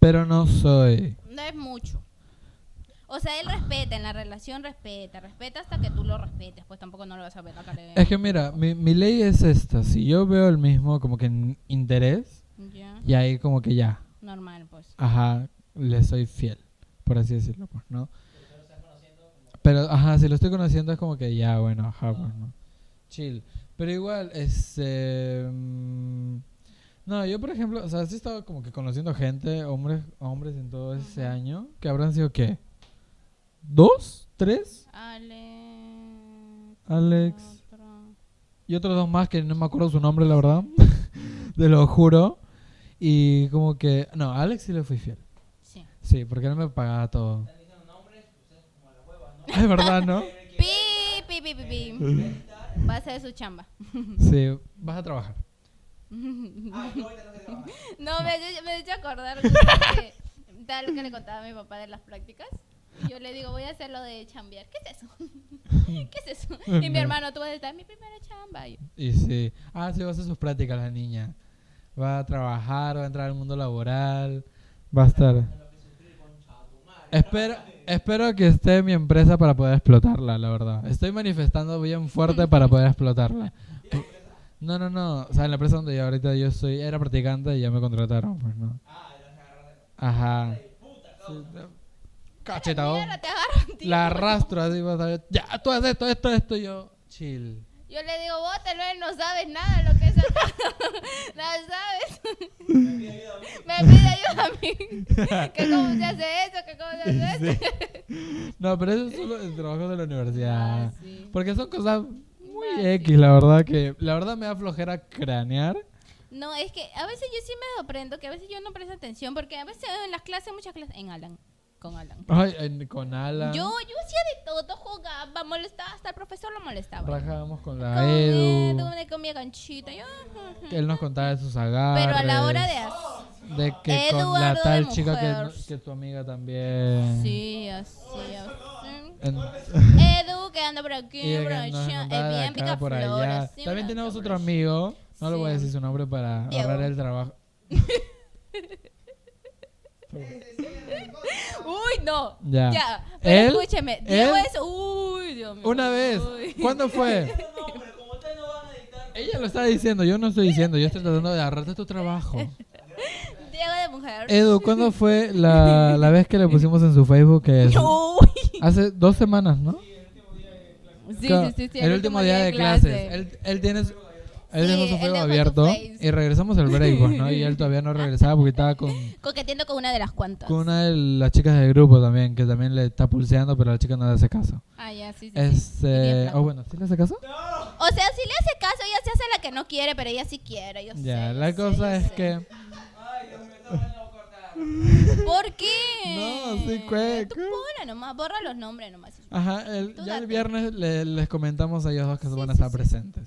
pero no soy.
No es mucho. O sea, él respeta, en la relación respeta, respeta hasta que tú lo respetes, pues tampoco no lo vas a ver la cara de...
Es que mira, mi, mi ley es esta. Si yo veo el mismo como que n- interés,
Ya,
y ahí como que ya,
normal, pues.
ajá, le soy fiel, por así decirlo, pues, ¿no? Pero, ajá, si lo estoy conociendo es como que ya, bueno, ajá, pues, ¿no? Chill. Pero igual, este... mm, No, yo, por ejemplo, o sea, sí he estado como que conociendo gente, hombres, hombres en todo ese año, que habrán sido, ¿qué? ¿Dos? ¿Tres?
Alex...
Alex...
otro.
y otros dos más que no me acuerdo su nombre, la verdad. [LAUGHS] Te lo juro. Y como que. No, a Alex sí le fui fiel.
Sí.
Sí, porque él me pagaba todo. Es verdad, ¿no?
Pi, pi, pi, pi, pi. Va a ser su chamba.
Sí, vas a trabajar.
No, me, has hecho- me has hecho acordar justo que, tal que le contaba a mi papá de las prácticas. Y yo le digo, voy a hacer lo de chambear. ¿Qué es eso? ¿Qué es eso? Y mi hermano, tú vas a estar en mi primera chamba. Y yo,
Y sí. Ah, sí, va a hacer sus prácticas la niña. Va a trabajar, va a entrar al mundo laboral. Va a estar. Espero, espero que esté mi empresa para poder explotarla, la verdad. Estoy manifestando bien fuerte para poder explotarla. No, no, no. O sea, en la empresa donde yo ahorita yo soy, era practicante y ya me contrataron, pues no. Ajá. Sí, no. Cachetado.
mierda, te agarran, tío.
La arrastro así, va a salir, ya, tú haces esto, esto, esto, y yo. Chill.
Yo le digo, bótalo, él no sabes nada de lo que es acá. [LAUGHS] No sabes. Me pide ayuda a mí. [LAUGHS] ¿Que cómo se hace eso? ¿Que cómo se hace eso?
No, pero eso es solo el trabajo de la universidad.
Ah, sí.
Porque son cosas muy
Ah, sí.
X, la verdad que. La verdad me da flojera cranear.
No, es que a veces yo sí me sorprendo, que a veces yo no presto atención, porque a veces en las clases, muchas clases, en Alan, con Alan.
Ay, en- con Alan.
Yo, yo hacía de todo, jugaba, molestaba, hasta el profesor lo molestaba.
Rajábamos con la
Comía,
Edu.
comía, comía ganchita, yo, ujú.
que él nos contaba de sus agarres.
Pero a la hora de hacer...
de que con la
Eduardo
tal
de
chica que,
mujer.
no- que tu amiga también.
Sí, así, así.
En-
Edu, que anda por aquí,
y de que
por
nos
allá,
mandaba
es
de
bien
acá por allá.
picaflores. sí,
También
bro,
tenemos otro
cabros.
amigo. No le voy a
Sí.
decir su nombre para
Diego.
ahorrar
[LAUGHS]
el trabajo.
Uy, no.
Ya.
Ya. Pero
Él-
escúcheme. Diego
él-
es. Uy, Dios mío.
Una vez.
uy.
¿Cuándo fue? [LAUGHS] Ella lo está diciendo, yo no estoy diciendo, yo estoy tratando de agarrarte
[LAUGHS]
tu trabajo.
Diego de mujer.
Edu, ¿cuándo fue la, la vez que le pusimos en su Facebook que
[LAUGHS]
es-
Uy.
Hace dos semanas, ¿no?
Sí,
Claro,
sí, sí, sí,
el, último día de, clases. Él, él tiene su- Él
Sí,
dejó su
él
juego
dejó su
abierto
face.
y regresamos al break, pues, ¿no?
[LAUGHS]
Y él todavía no regresaba porque estaba con,
Coqueteando con una de las cuantas.
con una de las chicas del grupo también, que también le está pulseando, pero la chica no le hace caso.
Ah, ya, sí, sí, sí. [LAUGHS]
Este,
Tenía
oh,
plan.
bueno, ¿sí le hace caso?
O sea, si le hace caso, ella se hace la que no quiere, pero ella sí quiere, yo sé.
ya,
yo
la
sé,
cosa
yo
es
sé.
que
Ay, Dios mío, esto no lo cortar.
¿Por qué?
No, sí, cue-
Tú
cue-
ponla nomás, borra los nombres nomás.
Ajá, el,
Tú
ya el
date.
viernes le- les comentamos a ellos dos que
Sí,
van a
sí,
estar
sí.
presentes.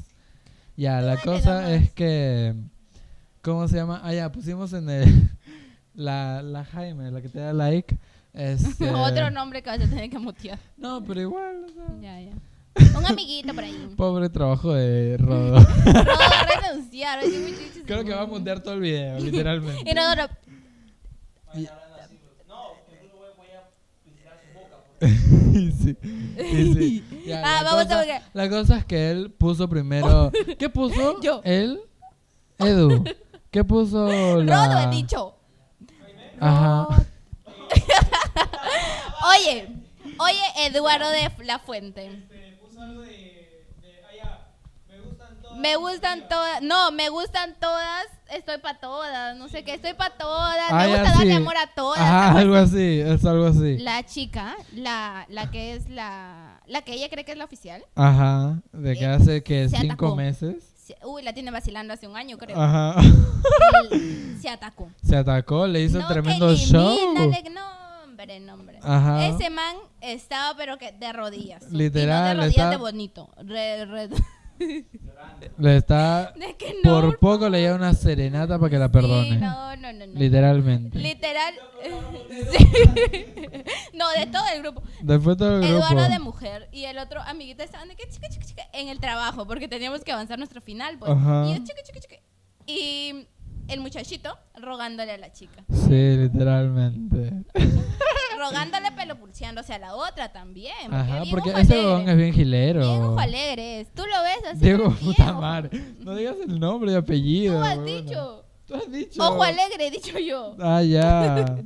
Ya, la
dale
cosa
nomás.
es que. ¿Cómo se llama? Ah, ya, pusimos en el. [LAUGHS] La, la Jaime, la que te da like. Este,
[LAUGHS] Otro nombre que vas a tener que mutear.
No, pero igual. o sea,
Ya,
[LAUGHS]
ya. Un amiguito por ahí.
pobre trabajo de
[LAUGHS]
Rodo.
Rodo, renunciar. oye, muchísimo.
Creo que va a mutear todo
[LAUGHS]
el video, literalmente. [LAUGHS]
Y no, no, no.
Ay, hablando así, pues. No, porque tú no voy- voy a pisar su boca. porque-
Y sí, y sí. Ya,
Ah,
la
vamos a
cosa,
ver.
La cosa es que él puso
[LAUGHS]
primero. ¿Qué puso?
Yo.
Él.
[LAUGHS]
Edu. ¿Qué puso la.
Rodo he dicho.
Ajá.
[LAUGHS] Oye, oye, Eduardo de La Fuente.
Este, puso algo de. de ah, ya. Me gustan todas.
Me gustan todas. No, me gustan todas. Estoy para todas. No sé qué, estoy para todas.
Ah,
Me
ya,
gusta darle
sí.
amor a todas.
Ajá, algo así. Es algo así.
La chica, la, la que es la. La que ella cree que es la oficial.
Ajá. De que
Eh,
hace que
se
cinco
atacó.
meses.
se- Uy, la tiene vacilando hace un año, creo. [LAUGHS]
Ajá.
Él se atacó.
Se atacó, le hizo
no,
tremendo
que
show.
elimínale, que- no, hombre, no, hombre.
Ajá.
Ese man estaba, pero que de rodillas. Y no
Literal,
de rodillas
está-
de bonito. Re- re- [LAUGHS]
Le está.
de que no.
Por poco le lleva una serenata para que la perdone.
Sí, no, no, no, no.
Literalmente.
Literal. [LAUGHS] sí. No, de todo el grupo.
Después todo el
Eduardo
grupo.
de mujer y el otro amiguito estaban de que chica, chica, chica en el trabajo porque teníamos que avanzar nuestro final. Pues.
Ajá.
Y yo, chica, chica, chica. Y el muchachito rogándole a la chica.
Sí, literalmente.
rogándole pelo pulseándose a la otra también.
[LAUGHS] Ajá,
bien
porque
ojo
ese
alegre.
huevón es bien gilero.
Bien ojo alegre es. Tú lo ves así.
Diego,
bien
puta
ojo-
madre. No digas el nombre y apellido.
Tú has
huevona.
dicho.
Tú has dicho.
Ojo alegre, he dicho yo.
Ah,
[LAUGHS]
ya.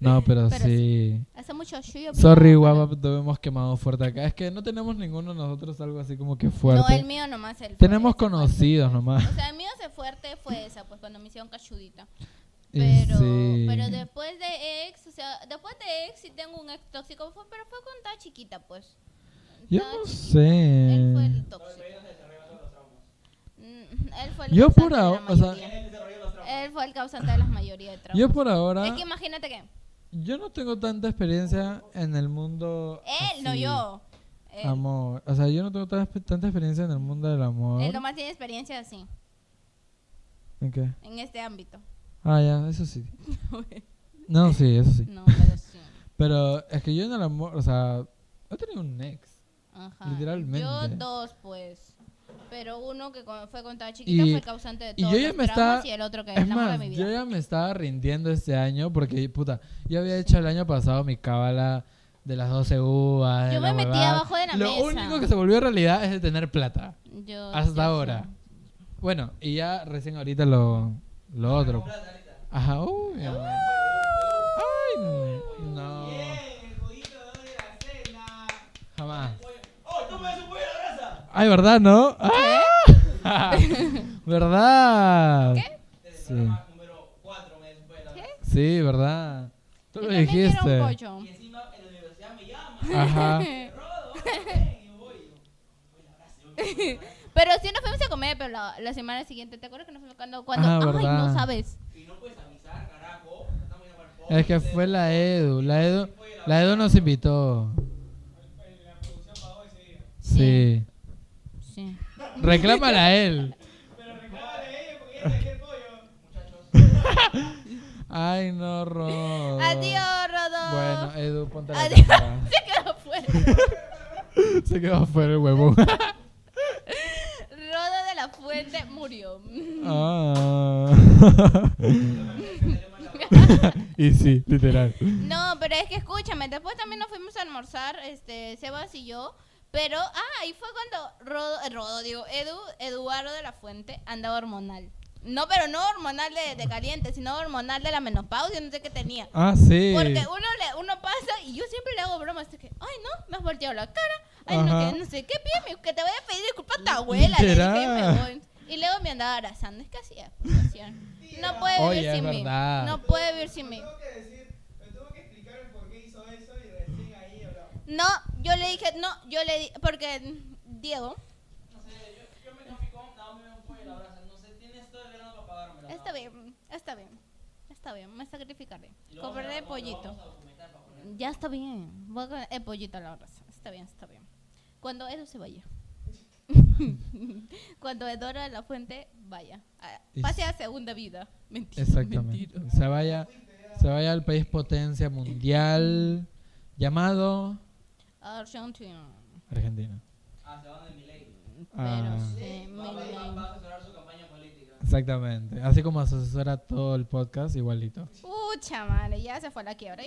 No, pero,
Pero
sí.
Hace mucho suyo.
Sorry, guapa, te hemos quemado fuerte acá. Es que no tenemos ninguno de nosotros algo así como que
No, el
fuerte.
mío nomás. El
tenemos
fuerte.
conocidos nomás.
O sea, el mío se fuerte fue esa, pues cuando me hicieron cachudita.
Y
Pero,
sí.
pero después de ex, o sea, después de ex sí tengo un ex tóxico, fue- pero fue cuando estaba chiquita, pues.
Yo
Estaba
no
chiquita.
sé.
Él fue el tóxico. Mm, Él fue el
Yo por
causante de
ahora,
la
o sea,
mayoría. Él fue el causante de la mayoría de traumas.
yo por ahora,
Es que imagínate que
yo no tengo tanta experiencia en el mundo.
él, no
así.
yo. eh, Él,
Amor. O sea, yo no tengo tan- tanta experiencia en el mundo del amor.
él nomás tiene experiencia así,
¿En qué?
en este ámbito.
Ah, ya, eso
[LAUGHS]
sí. No, sí, eso sí.
No, pero sí.
Pero es que yo en el amor, o sea, he tenido un ex.
Ajá.
Literalmente.
Yo dos, pues. Pero uno que cuando- fue cuando estaba chiquita
Y-
fue el causante de
y yo
todos
ya
los
me
traumas
estaba-
y el otro que es
Es
el amor de
más,
mi vida.
yo ya me estaba rindiendo este año porque, puta, yo había hecho el año pasado mi cábala de las 12 uvas. de
Yo
la
me metí
huevada.
abajo de la
Lo
mesa. Oh,
único que se volvió realidad es de tener plata.
Yo-
hasta
yo
ahora. Bueno, y ya recién ahorita lo, lo otro. Ajá, uy, mi amor. Ay, no.
Bien, el juguito de hoy de la cena.
Jamás.
¡Oh, tú me das un pollo a la brasa!
Ay, ¿verdad, no? Ah. [LAUGHS] ¿Verdad?
Desde el
Sí.
programa número 4 me das un pollo a la brasa.
Sí, ¿verdad?
Yo
Tú lo
también quiero un
dijiste.
pollo.
Y encima en la universidad me llama.
[LAUGHS]
Ajá.
Rodo, ven, y voy.
Pero sí nos fuimos a comer, pero la, la semana siguiente, ¿te acuerdas que nos fuimos cuando, cuando
Ah,
ay,
verdad.
no sabes?
Y no puedes avisar, carajo. Estamos en el balcón.
Es que fue la Edu. La Edu, la Edu nos invitó. Sí.
Sí.
Reclámala a él.
Pero reclámale ella porque ella me dio el pollo. Muchachos.
Ay, no, Rodo.
Adiós, Rodo.
Oh. Bueno, Edu, ponte la
Adiós.
cámara.
[LAUGHS] Se quedó fuera.
Se quedó fuera
[LAUGHS]
el huevón.
Rodo de la Fuente murió.
Ah. [LAUGHS] y sí, literal.
No, pero es que escúchame, después también nos fuimos a almorzar, este, Sebas y yo. Pero, ah, y fue cuando Rodo, eh, Rodo, digo, Edu, Eduardo de la Fuente andaba hormonal. No, pero no hormonal de, de caliente, sino hormonal de la menopausia, no sé qué tenía.
Ah, sí.
Porque uno, le, uno pasa y yo siempre le hago bromas. de que, ay, no, me has volteado la cara. Ay,
Ajá.
no, que no sé qué, pídeme, que te voy a pedir disculpas a tu abuela. Le dije, y me
Literal.
voy. Y luego me andaba abrazando. Es que así es, pues, así es. No puede vivir
Oye, es
sin mí.
verdad.
No puede vivir sin mí.
tuvo que decir, me tuvo que explicar el por qué hizo eso y recién ahí hablamos.
No, yo le dije, no, yo le di, porque mm, Diego,
No sé, yo, yo me confío, nada más me un pollo y la abraza. No sé, tienes todo el verano para pagármela. nada
está
más.
bien, está bien, está bien, me sacrificaré.
Y lo vamos a-
Compraré el
lo vamos
pollito.
a documentar para poner.
Ya está bien, voy a comer el pollito a la brasa. Está bien, está bien. Cuando Edu se vaya. [LAUGHS] Cuando Edora de la Fuente vaya. Ah,
Y-
Pase a segunda vida. Mentira.
Exactamente.
mentira.
Se vaya, se vaya al país potencia mundial llamado
Ah, Argentina.
Argentina.
Ah, se van de mi ley.
Ah,
Pero sí,
Va, va- va-
Milei.
va a asesorar su campaña política.
exactamente. Así como asesora todo el podcast, igualito.
Pucha madre, ya se fue a la
[LAUGHS]
quiebra.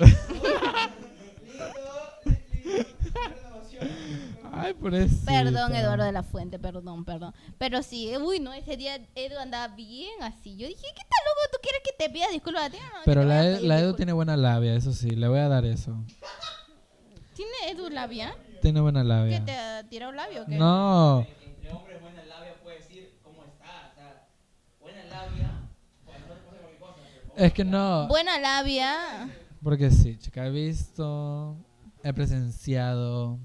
Ay, por eso.
Perdón, Eduardo de la Fuente, perdón, perdón. Pero sí, uy, no, ese día Edu andaba bien así. Yo dije, ¿qué tal, loco? ¿Tú quieres que te pida disculpas a ti? No,
Pero
yo te voy
la,
a
Ed-
pedir
la Edu
disculpas.
tiene buena labia, eso sí, le voy a dar eso.
¿Tiene Edu labia?
Tiene buena
¿Que
labia.
te tiró labio o qué?
No,
Que Entre hombres, buena labia puede decir cómo está. O sea, buena labia. Bueno, no te pasa cualquier cosa. pero-
es que no,
Buena labia.
porque sí, chica, he visto, he presenciado,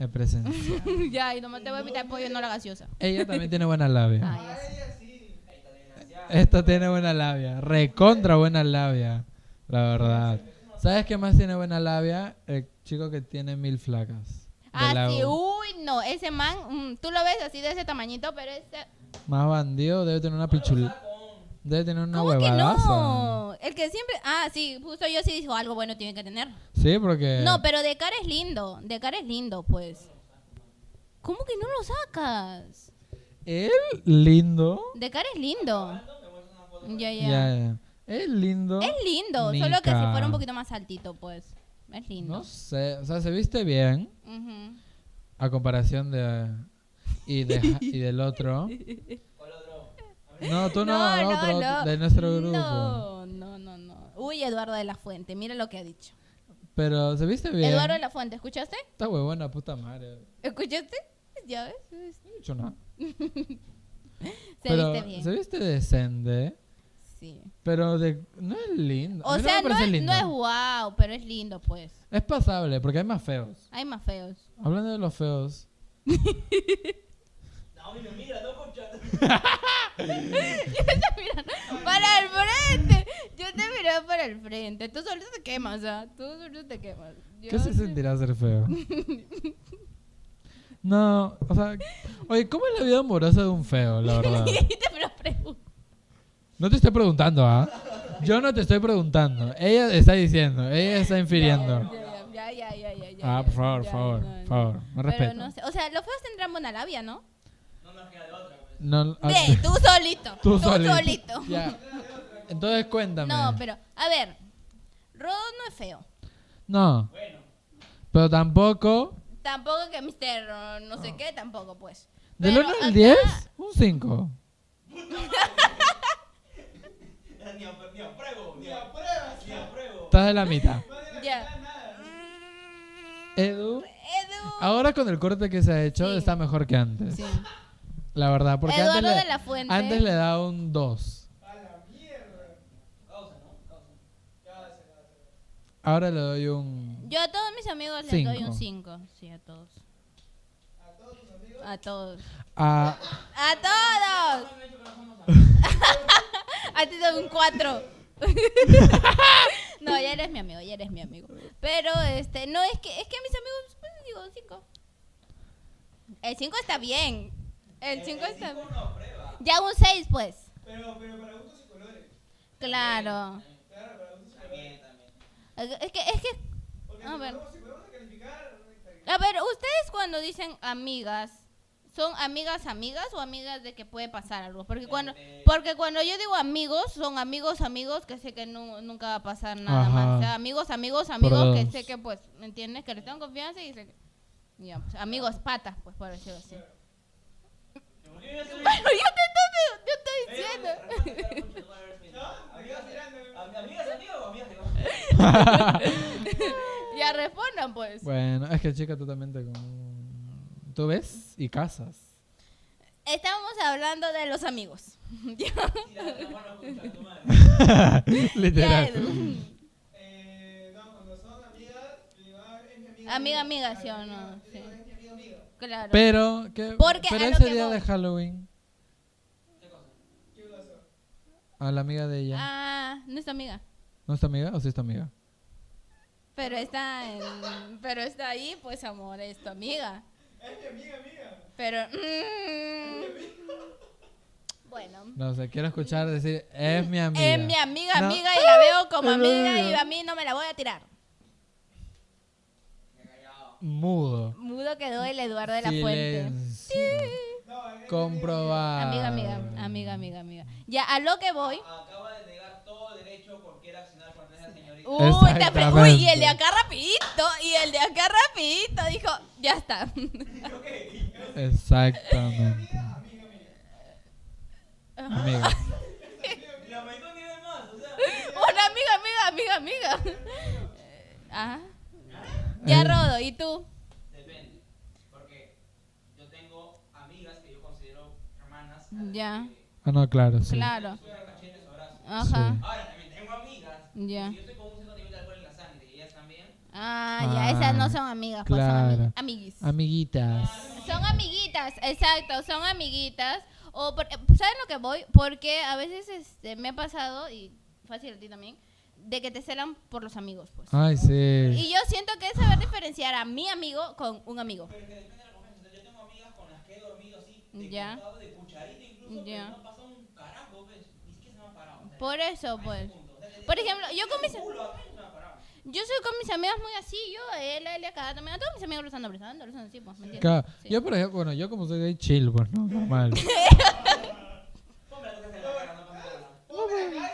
he presenciado.
[LAUGHS] ya, y nomás te voy a invitar pollo, no la gaseosa.
Ella también tiene buena labia.
Ah, ya sé.
Ahí está, desgraciado.
Esta tiene buena labia, recontra buena labia, la verdad. ¿Sabes qué más tiene buena labia? El chico que tiene mil flacas. de
Ah,
la
sí,
U.
uy, no, ese man, mm, tú lo ves así de ese tamañito, pero este, ese...
Más bandido, debe tener una pichula.
Con-
Debe tener una
¿Cómo que
huevadaza.
no? El que siempre... Ah, sí, justo yo sí dijo algo bueno tiene que tener.
Sí, porque.
No, pero de cara es lindo, de cara es lindo, pues. ¿Cómo que no lo sacas?
Él lindo.
De cara es lindo. Ya,
Ya,
ya.
ya. Es lindo.
Es lindo, solo que si
Mica.
fuera un poquito más altito, pues. Es lindo.
No sé, o sea, se viste bien
Ujú.
a comparación de y, de- y
[LAUGHS]
del otro.
con lo otro.
No, tú no, al otro de nuestro grupo.
No, no, no, no. Uy, Eduardo de la Fuente, mira lo que ha dicho.
Pero se viste bien.
Eduardo de la Fuente, ¿escuchaste?
Esta huevona puta madre.
¿Escuchaste? Ya ves.
No he dicho nada.
Se
pero
viste bien.
se viste decente,
Sí.
pero de no es lindo. A
O
mí
sea,
no, me
no,
parece
es,
lindo.
no es wow, pero es lindo, pues.
Es pasable porque hay más feos.
Hay más feos.
Hablando de los feos,
Naomi me mira, no concha.
Para el frente. Yo te miraba para el frente. Tú solo te quemas, ¿ah? Tú solo te quemas. Yo
¿qué
[LAUGHS]
se
sé-
sentirá ser feo? No, o sea, oye, ¿cómo es la vida amorosa de un feo, la verdad?
te lo pregunto.
No te estoy preguntando, ¿ah? Yo no te estoy preguntando. Ella está diciendo, ella está infiriendo.
Ya, ya, ya, ya, ya,
ah,
ya,
por favor,
ya,
por favor,
no, no.
por favor. Más
Pero
respeto.
no sé. O sea, los feos tendrán buena labia, ¿no?
No nos queda de otra. pues.
No, ah,
Ve, tú solito.
tú solito.
solito.
Ya. Entonces cuéntame.
No, pero, a ver. Rodo no es feo.
No,
Bueno,
pero tampoco.
Tampoco que Mister no, no sé qué, tampoco, pues.
Del
Pero
1 al
acá-
10, un 5.
ni a- ni apruebo. Ni apruebas. Ni apruebo.
Estás de la mitad.
Ya.
Edu, Ah,
Edu.
ahora con el corte que se ha hecho,
Sí.
está mejor que antes. La verdad, porque
Eduardo
antes,
de
le,
la Fuente.
antes le daba un 2.
Causa, ¿no? Causa. Ya se la- se la-
Ahora le doy un.
Yo a todos mis amigos les doy un 5. Sí, a todos. ¿A todos tus amigos?
Ah,
A todos. ¡A
[LAUGHS]
todos!
No
[LAUGHS]
me he hecho que no somos amigos.
A ti te doy un 4. no, ya eres mi amigo, ya eres mi amigo. Pero este, no es que es que a mis amigos pues, digo 5. El 5 está bien. El 5 está bien.
No aprueba.
Ya un 6 pues.
Pero, pero para gustos y colores.
Claro.
Claro, para gustos y colores. También, también.
Es que es que
Porque
A
si
ver.
podemos- si podemos calificar,
A ver, ustedes cuando dicen amigas, ¿son amigas amigas o amigas de que puede pasar algo? Porque cuando porque cuando yo digo amigos, son amigos amigos que sé que nu- nunca va a pasar nada
Ajá.
más. O sea, amigos amigos amigos
Por
que
dos.
sé que pues, ¿me entiendes? Que les tengo confianza y sé que- ya, pues, amigos patas, pues por decirlo
[LAUGHS]
así.
¿por qué yo soy-
Bueno, yo te estoy, yo estoy
Amigas,
diciendo.
amigas,
[LAUGHS]
amigos, o amigas, amigos.
Ya respondan pues.
bueno, es que chica, tú también te. con- Tú ves y casas.
Estábamos hablando de los amigos. Ya,
Tírate la mano, concha tu madre.
[LAUGHS] Literal.
Edu.
Eh, no, cuando son amigas, digo, "Ah, es mi amiga.
Amiga, amiga,
Ah,
sí o
mi
no,
amiga". Yo digo,
sí.
"Es mi amiga, amiga".
Claro.
Pero, ¿qué?
Porque
pero
a lo
ese
que
día
voy.
de Halloween,
¿Qué cosa? ¿Qué cosa?
a la amiga de ella.
Ah, no es tu amiga.
¿No es tu amiga o sí es tu amiga?
Pero está en- pero está ahí, pues amor, es tu amiga.
Es mi amiga, amiga.
Pero mm, bueno.
No sé, quiero escuchar decir, es mi amiga.
Es mi amiga,
No.
amiga, y la veo como
Es mi
amiga y
amiga.
a mí no me la voy a tirar.
Mudo.
Mudo quedó el Eduardo de la Fuente.
Silencio.
No, es mi
Comprobado.
Amiga, amiga,
Ah.
amiga, amiga, amiga. Ya, a lo que voy.
amiga. Acaba de negar todo derecho por qué accionar contra esa señorita.
Uy, te apre-
Exactamente.
uy, y el de acá rapidito, y el de acá rapidito dijo, ya está. [LAUGHS]
Exactamente. Amiga.
Y la mayor ni de más, o sea.
Una amiga, amiga, amiga, amiga. Ajá. Ya,
Eh,
Rodo, ¿y tú?
Depende, porque yo tengo amigas que yo considero hermanas. a las
Ya.
que
Ah, no, claro, sí.
Claro.
Suena cachete su abrazo.
Ajá.
Ahora también tengo amigas. que
Ya.
Si yo estoy con un cierto nivel de alcohol en la sangre y ellas también.
Ah, ya, esas no son amigas, pues son
Claro.
ami- amiguis.
Amiguitas.
Son amiguitas, exacto, son amiguitas. O por- ¿Saben lo que voy? Porque a veces este, me ha pasado, y fácil a ti también, de que te celan por los amigos, pues.
Ay, sí.
Y yo siento que es saber diferenciar a mi amigo con un amigo.
Pero que depende de la confianza. O sea, yo tengo amigas con las que he dormido así, de
Ya.
contado, de cucharita incluso,
Ya.
pero no pasa un carajo, pues. Ni siquiera se me ha parado. O sea,
Por eso, pues.
punto. O sea, le
Por
digo,
ejemplo, yo con mis,
"Tu culo acá y no se me ha parado".
yo soy con mis amigas muy así, yo, él, él, acá, también, a todos mis amigos los ando abrazando, los ando así, pues, ¿me entiendes?
Claro.
Sí.
Yo, por ejemplo, bueno, yo como soy gay, chill, pues, ¿no? Normal.
Ponme la cosa en la cara, no pasa nada.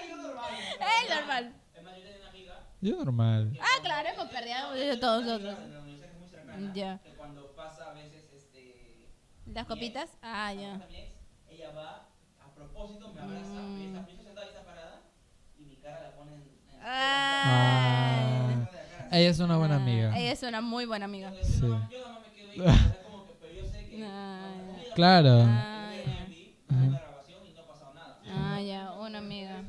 Es normal.
Es más, yo tenía una amiga
Yo normal.
Ah, claro, hemos perdido de todos
una amiga
nosotros.
de la universidad que es muy cercana,
Ya.
que cuando pasa a veces este
Las copitas, ah,
Ahora
ya.
también, ella va a propósito, me abraza,
Mm.
y está, yo estoy sentada y está parada, y mi cara la pone en. en-
Ay.
Ah.
en la cara.
Ella es una buena
Ah,
amiga.
Ella es una muy buena amiga.
Entonces, yo
Sí.
nomás- Yo nada más me
[LAUGHS]
quedo ahí, o sea, como que, pero yo sé que.
Ah, ya.
Claro.
Ah, ya.
una grabación y no ha pasado nada.
Ah, ya, una amiga.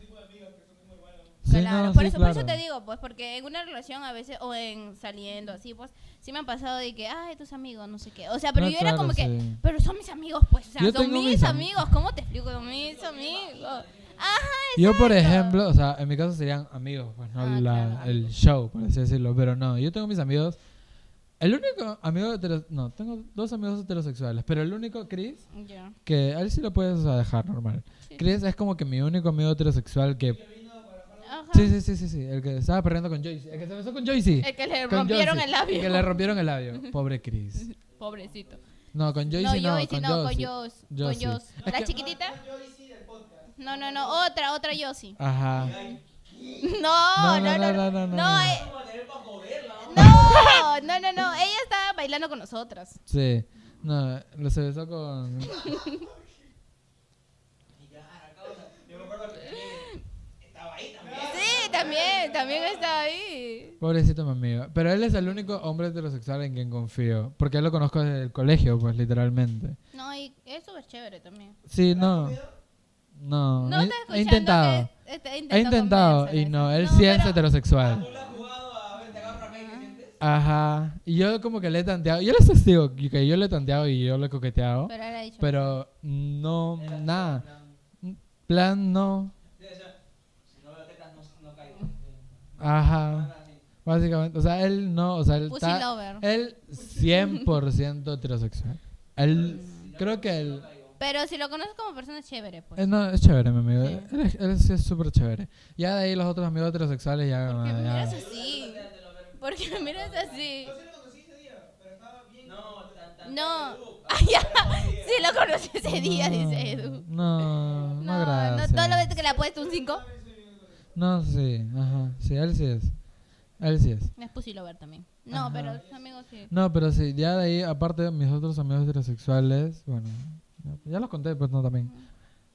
Sí,
claro,
no,
por,
sí,
eso, por
claro.
eso te digo, pues, porque en una relación a veces, o en saliendo así, pues, sí me han pasado de que, ay, tus amigos, no sé qué. O sea, pero
No,
yo
claro,
era como
sí.
que, pero son mis amigos, pues, o sea,
Yo
son
tengo
mis,
mis am-
amigos, ¿cómo te explico? Son mis amigos. Ajá,
Yo, por
"Ah, exacto.
ejemplo, o sea, en mi caso serían amigos, pues no
Ah,
la-
claro.
el show, por así decirlo, pero no, yo tengo mis amigos. El único amigo hetero- no, tengo dos amigos heterosexuales, pero el único Chris
Ya.
que a él sí lo puedes o sea, dejar normal.
Sí.
Chris es como que mi único amigo heterosexual que
Ajá.
Sí, sí, sí, sí, sí, el que estaba perdiendo con Joyce, el que se besó con Joyce.
El que le
con
rompieron
Joyce,
el labio.
Que le rompieron el labio, pobre Chris.
Pobrecito.
No, con Joyce no,
no, Joyce,
con
no, con
Joyce.
Joyce. Con
Josie.
Joyce.
Es
¿La
que-
chiquitita? No, no, no, otra, otra Josie.
Ajá.
[LAUGHS] No, no, no, no, no,
no, no.
eh,
Vamos a leer para joderla. ¿no?
no,
[LAUGHS]
no, no, no, ella estaba bailando con nosotras.
Sí. No, lo se besó con
Y ya, acá, o sea, yo me acuerdo que también estaba ahí también.
Sí, también, también está ahí.
Pobrecito mi amigo. Pero él es el único hombre heterosexual en quien confío. Porque él lo conozco desde el colegio, pues literalmente.
No, y es súper chévere también.
Sí, no. No.
No
he,
está
he
escuchando
intentado.
que- este,
He intentado. Y
convencerles.
no, él sí es
pero-
¿Tú
heterosexual.
le has jugado a ver, te agarro acá y te sientes?
Ajá. Y yo como que le he tanteado. Yo les testigo que yo le he tanteado y yo le he coqueteado.
Pero él ha dicho.
Pero no, nada. Plan no.
Sí, o sea, si no veo tetas, no, no caigo.
Ajá. Básicamente. O sea, él no. O sea, él
Pussy
está.
lover.
Él 100% heterosexual. Él. Creo que él.
Pero si lo conoces como persona es chévere, pues.
Eh, no, es chévere, mi amigo.
Sí.
Él, es- él sí es súper chévere. Ya de ahí los otros amigos heterosexuales ya...
Porque me
ya-
miras así. Porque me miras así.
No, tan, tan.
No. [LAUGHS] Ah, ya. Sí, lo conocí ese día,
No,
dice Edu.
No, eh. no,
No, no,
gracias.
¿no lo ves que le ha puesto un 5?
No, sí, ajá. Sí, él sí es. Él sí es.
Es pussy lover también. No,
Ajá.
pero sus amigos sí.
No, pero sí, ya de ahí, aparte mis otros amigos heterosexuales, bueno, no, ya los conté, pues no, también.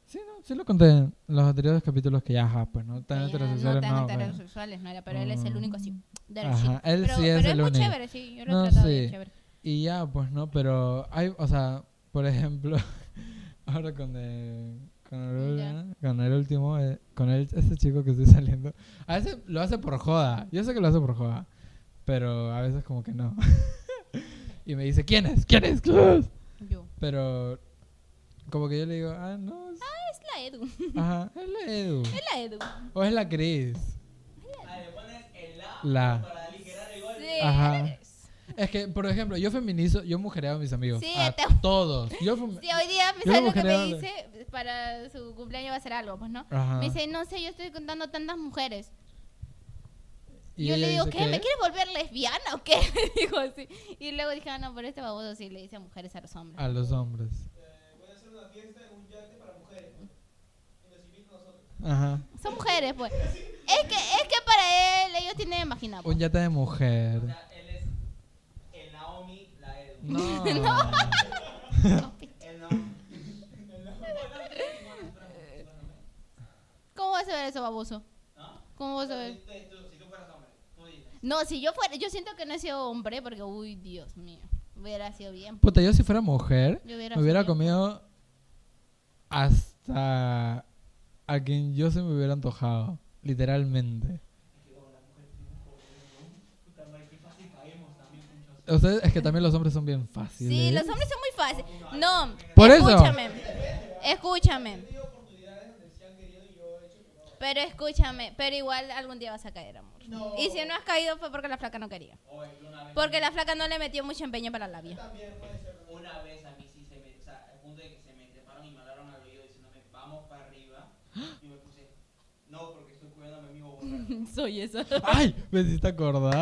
Sí, no, sí lo conté en los anteriores capítulos que ya, ajá, pues no, tan
Ya,
heterosexuales,
no tan
no, bueno.
heterosexuales, no era, pero él es el
Mm.
único así. de la
Ajá,
shit.
él
pero,
sí
pero
es el
muy
único.
chévere, sí, yo lo
No,
he tratado
sí.
bien chévere.
Y ya, pues no, pero hay, o sea, por ejemplo, [LAUGHS] Ahora con el, con el, con el último, eh, con el, este chico que estoy saliendo. A veces lo hace por joda. Yo sé que lo hace por joda. Pero a veces como que no. [LAUGHS] y me dice, ¿quién es? ¿Quién es? ¿Quién es?".
Yo.
Pero como que yo le digo, ah, no. es-
Es la Edu.
Ajá, es la Edu.
Es la Edu.
O es la Cris.
Ah, le pones el la,
La.
para aligerar el golpe.
Sí.
Ajá. Es que, por ejemplo, yo feminizo, yo mujereo a mis amigos.
Sí,
a
te-
todos. Yo fem-
Sí, hoy día me
Yo
sale
como
lo que me
general- Ah.
dice para su cumpleaños va a ser algo, pues, ¿no?
Ajá.
Me dice, no sé, yo estoy contando tantas mujeres.
Y
yo le
ella
digo,
dice
¿qué?
que-
¿Me quieres volver lesbiana o qué? [LAUGHS] Le digo así. Y luego dije, ah, no, pero este baboso sí le dice a mujeres a los hombres.
A los hombres.
Voy a hacer una fiesta en un yate para mujeres. Y nos invita a nosotros.
Ajá.
Son mujeres, pues. Es que, es que para él, ellos tienen imagina. pues.
Un yate de
O
mujer.
[LAUGHS]
sea, él es el Naomi, la Edu.
No.
El Naomi. [LAUGHS] El [LAUGHS] Naomi.
¿Cómo vas a ver eso, baboso?
¿No?
¿Cómo vas a ver?
Si tú- Si tú fueras hombre, tú dices.
No, si yo fuera, yo siento que no he sido hombre porque, uy, Dios mío, hubiera sido bien. pues.
Puta, yo si fuera mujer,
Yo hubiera
me hubiera
sido-
comido hasta a quien yo se me hubiera antojado. Literalmente.
Puta madre, qué fácil caemos también, muchos.
Ustedes, es que también los hombres son bien fáciles.
Sí, los hombres son muy fáciles. No,
Por eso.
escúchame. Escúchame. Pero escúchame, pero igual algún día vas a caer, amor. Y si no has caído fue porque la flaca no quería.
Oye, una vez,
Porque la flaca no le metió mucho empeño para la labia.
una vez a mí sí se me, o sea, al punto de que se me treparon y me hablaron al oído diciéndome, vamos para arriba. Y me puse, no, porque estoy cuidando a mi amigo borracho.
[LAUGHS] Soy esa.
¡Ay! Me hiciste acordar.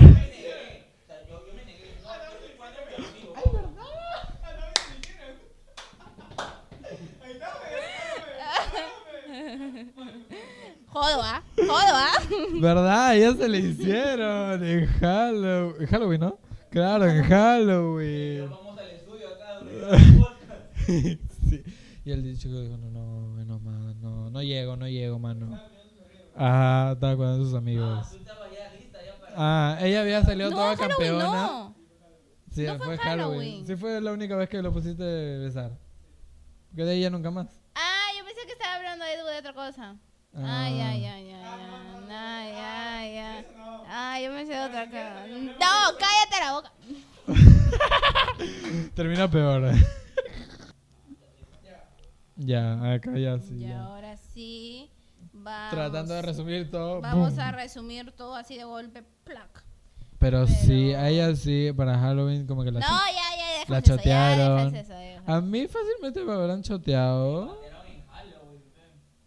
Yo me negué, o sea, yo, yo me negué. No, yo estoy cuidando a mi amigo. ¡Ay, verdad!
Jodo, ¿ah? Jodo,
[LAUGHS]
¿ah?
¿Verdad? Ya se le hicieron en Halloween. En Halloween, ¿no? Claro, en Halloween.
Vamos al estudio acá, donde grabamos el podcast.
[LAUGHS] Sí. Y el chico dijo, no, no, menos más, no, no llego, no llego, mano. Ajá, estaba con sus
Ah,
amigos.
tú estabas ya lista, ya para.
Ah, ella había salido
No,
toda
Halloween,
campeona.
no.
Sí,
No fue
fue
en
Halloween.
Halloween.
Sí fue la única vez que lo pusiste a besar. Porque de ella nunca más.
Ah, yo pensé que estaba hablando de, de otra cosa. Ay,
Ah.
ay, ay, ay, ay, ay, ay, ay. Ay, yo pensé de otra cosa. No, cállate la boca.
Termina peor. [LAUGHS] ya, acá ya sí.
y
ya.
ahora sí, vamos,
Tratando de resumir todo.
vamos
¡boom!
a resumir todo así de golpe, plac.
Pero, sí, a ella sí, para Halloween como que la
no,
cho-
ya, ya, déjame
la Ah.
eso,
chotearon.
ya, déjame eso, déjame.
A mí fácilmente me habrán choteado.
Bateraron en Halloween, fe.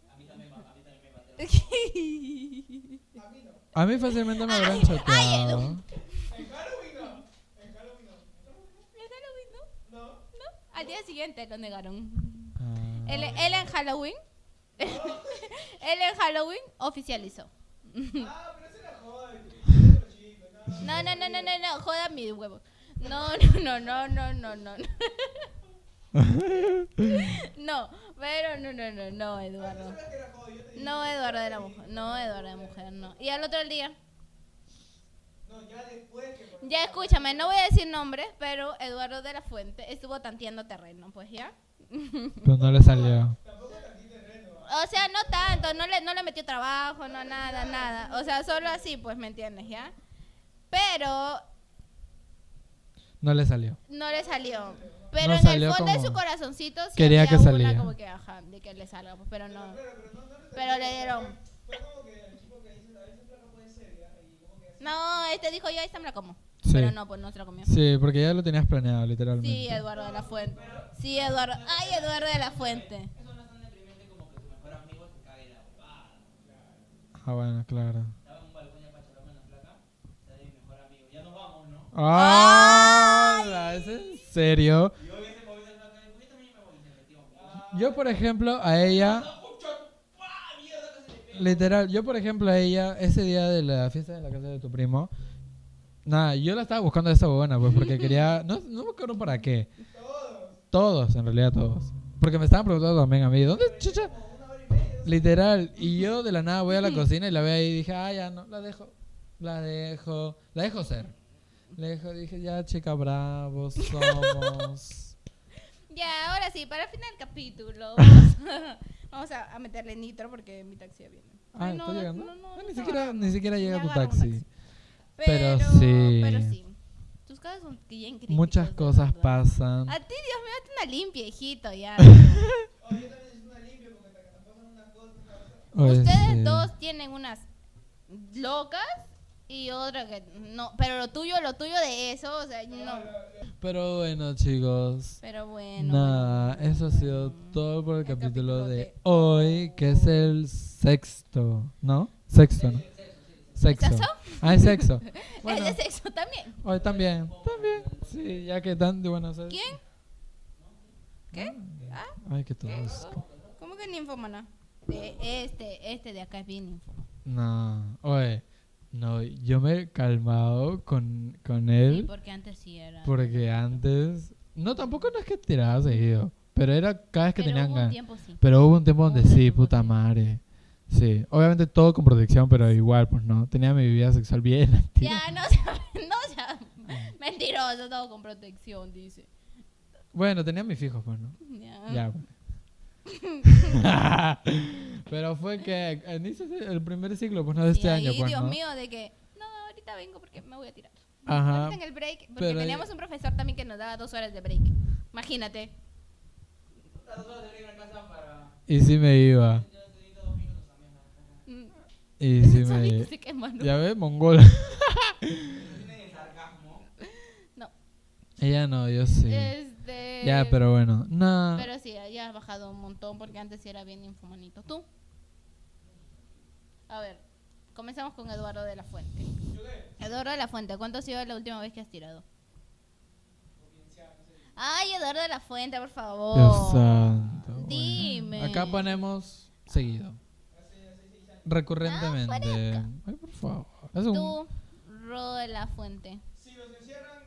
A mí también, a mí también me bateraron.
[LAUGHS]
A mí fácilmente me habrán choteado.
Halloween, no? ¿No? Al día siguiente lo negaron.
Ah.
Él, él en Halloween, [LAUGHS] él en Halloween oficializó. No, no, no, no, no, no, joda mi huevo. No, [LAUGHS] no, no, no, no, no,
[LAUGHS]
no. [LAUGHS] no. No, pero no, no, no, no, Eduardo. No, Eduardo de la mujer. No, Eduardo de mujer, no. Y al otro día. Ya escúchame, no voy a decir nombres, pero Eduardo de la Fuente estuvo tanteando terreno, pues ya.
Pero no le salió.
O sea, no tanto, no le, no le metió trabajo, no nada, nada. O sea, solo así, pues, ¿me entiendes? ¿Ya? Pero
No le salió.
no le salió. Pero
No
en
salió
el fondo de
como
su corazoncito sí
quería
había
que
una
salía.
como que, ajá, de que le salga, pues, pero no. Pero le dieron. No, este dijo yo, ahí está, me la como.
Sí.
Pero no, pues no se la comió.
Sí, porque ya lo tenías planeado, literalmente.
Sí, Eduardo de la Fuente. Sí, Eduardo. Ay, Eduardo de la Fuente.
Eso no es tan deprimente como que tu mejor amigo te cae la bobada.
Ah, bueno, claro.
Estaba en un balcón ya para chocarme en la placa. Sale mi mejor amigo. Ya nos vamos, ¿no?
¡Ah! ¿Es en serio?
Y yo en ese momento la placa dijo, yo también me voy y se metió.
Yo, por ejemplo, a ella,
¡Ah, mierda, que se le pega!
literal, yo, por ejemplo, a ella, ese día de la fiesta de la casa de tu primo, nada, yo la estaba buscando a esa buena, pues, porque quería, no, no me acuerdo para qué. Todos, en realidad todos. Porque me estaban preguntando también a mí, ¿dónde chucha? Literal. Y yo de la nada voy a la cocina y la veo ahí y dije, ah, ya no, la dejo. La dejo. La dejo ser. Lejos dije, ya chica, bravos somos.
Ya, ahora sí, para el final del [LAUGHS] capítulo. vamos- Vamos a, a meterle nitro porque mi taxi ya viene.
Ah,
Ay, no,
¿está
no,
llegando?
no, no,
Ah,
no
ni,
está
siquiera,
agarrando.
ni siquiera llega
Ya
tu
agarra un
taxi.
taxi.
Pero sí.
Pero sí. Tus casos son bien críticos.
Muchas
de
cosas
verdad.
pasan.
A ti, Dios mío, hazte una limpia, hijito,
[LAUGHS]
ya.
Oye, yo también necesito una limpia porque hasta que nos pasan unas cosas.
Oye,
Ustedes
Pues sí.
dos tienen unas locas y otra que no, pero lo tuyo, lo tuyo de eso, o sea, no.
Pero bueno, chicos.
Pero bueno.
Nada,
bueno,
eso ha
bueno.
sido todo por el,
El
capítulo,
capítulo
de,
de
hoy, que es el sexto, ¿no? Sexto, ¿no? Sexo.
¿Sexo?
Ah, es sexo.
[LAUGHS] ¿Es
Bueno,
de sexo también?
hoy también. También. Sí, ya que tan de buenas es-
¿Quién? ¿Qué? ¿Ah?
Ay, que todo es-
¿Cómo que ninfómana? De este, este de acá es bien ninfómano.
No, oye. No, yo me he calmado con, con
Sí,
él.
porque antes sí era.
Porque antes. No, tampoco no es que tiraba seguido. Pero era cada vez que
pero
tenían
hubo un
ganas.
tiempo sí.
Pero hubo un tiempo donde
Hubo un
sí,
tiempo
puta
sí.
madre. Sí, obviamente todo con protección, pero igual, pues no. Tenía mi vida sexual bien [LAUGHS] activa.
Ya, no sea, no sea
Mm.
mentiroso, todo con protección, dice.
Bueno, tenía mis hijos, pues no.
Ya.
Ya,
[LAUGHS]
pues. [LAUGHS] pero fue que al inicio el primer ciclo, pues no de
Sí,
este año,
ahí,
pues.
Dios
¿no?
mío, de que, no, ahorita vengo porque me voy a tirar.
Ajá.
Ahorita en el break, porque
Ah, pero-
teníamos un profesor también que nos daba dos horas de break. Imagínate.
Estas dos horas de venir a casa para.
Y sí me iba.
Yo necesito dos minutos también. ¿no?
Mm, [LAUGHS]
Y sí me
solito
iba.
se quema, ¿no?
Ya ves, mongola. [LAUGHS]
Tienen el sarcasmo.
Ella no, yo sí.
Este,
Ya, pero bueno. No.
Pero sí, ya has bajado un montón porque antes sí era bien infumanito. ¿Tú? A ver, comenzamos con Eduardo de la Fuente.
¿Yo qué?
Eduardo de la Fuente, ¿cuánto ha sido la última vez que has tirado? Ay, Eduardo de la Fuente, por favor.
Dios santo. bueno.
Oh, Dime.
Acá ponemos seguido. Recurrentemente. Ay, por favor. Es un-
Ah, Tú, Rodo de la Fuente.
Si los encierran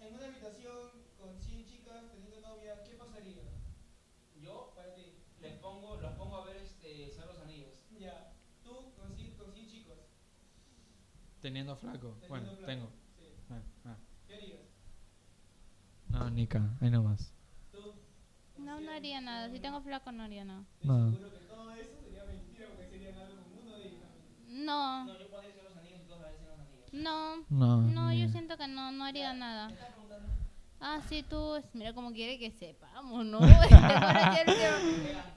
en una habitación con 100 chicas teniendo novia, ¿qué pasaría? Yo, para ti, les pongo, los pongo a ver este, Cerro los Anillos. Ya. Tú con 100, con 100 chicos,
Teniendo flaco. Bueno, tengo. Ah, ah.
¿qué harías?
No, Nica, ahí nomás.
Tú,
No, no haría nada. Si tengo flaco, no haría nada.
No.
seguro que todo eso sería mentira porque serían algo como uno de
No,
No, yo pondría Cerro los Anillos y todos a ver Cerro los Anillos.
no.
No,
No, yo
ni-
siento que no, no haría nada. Ah, sí, tú, es- mira cómo quiere que sepamos, ¿no? [LAUGHS]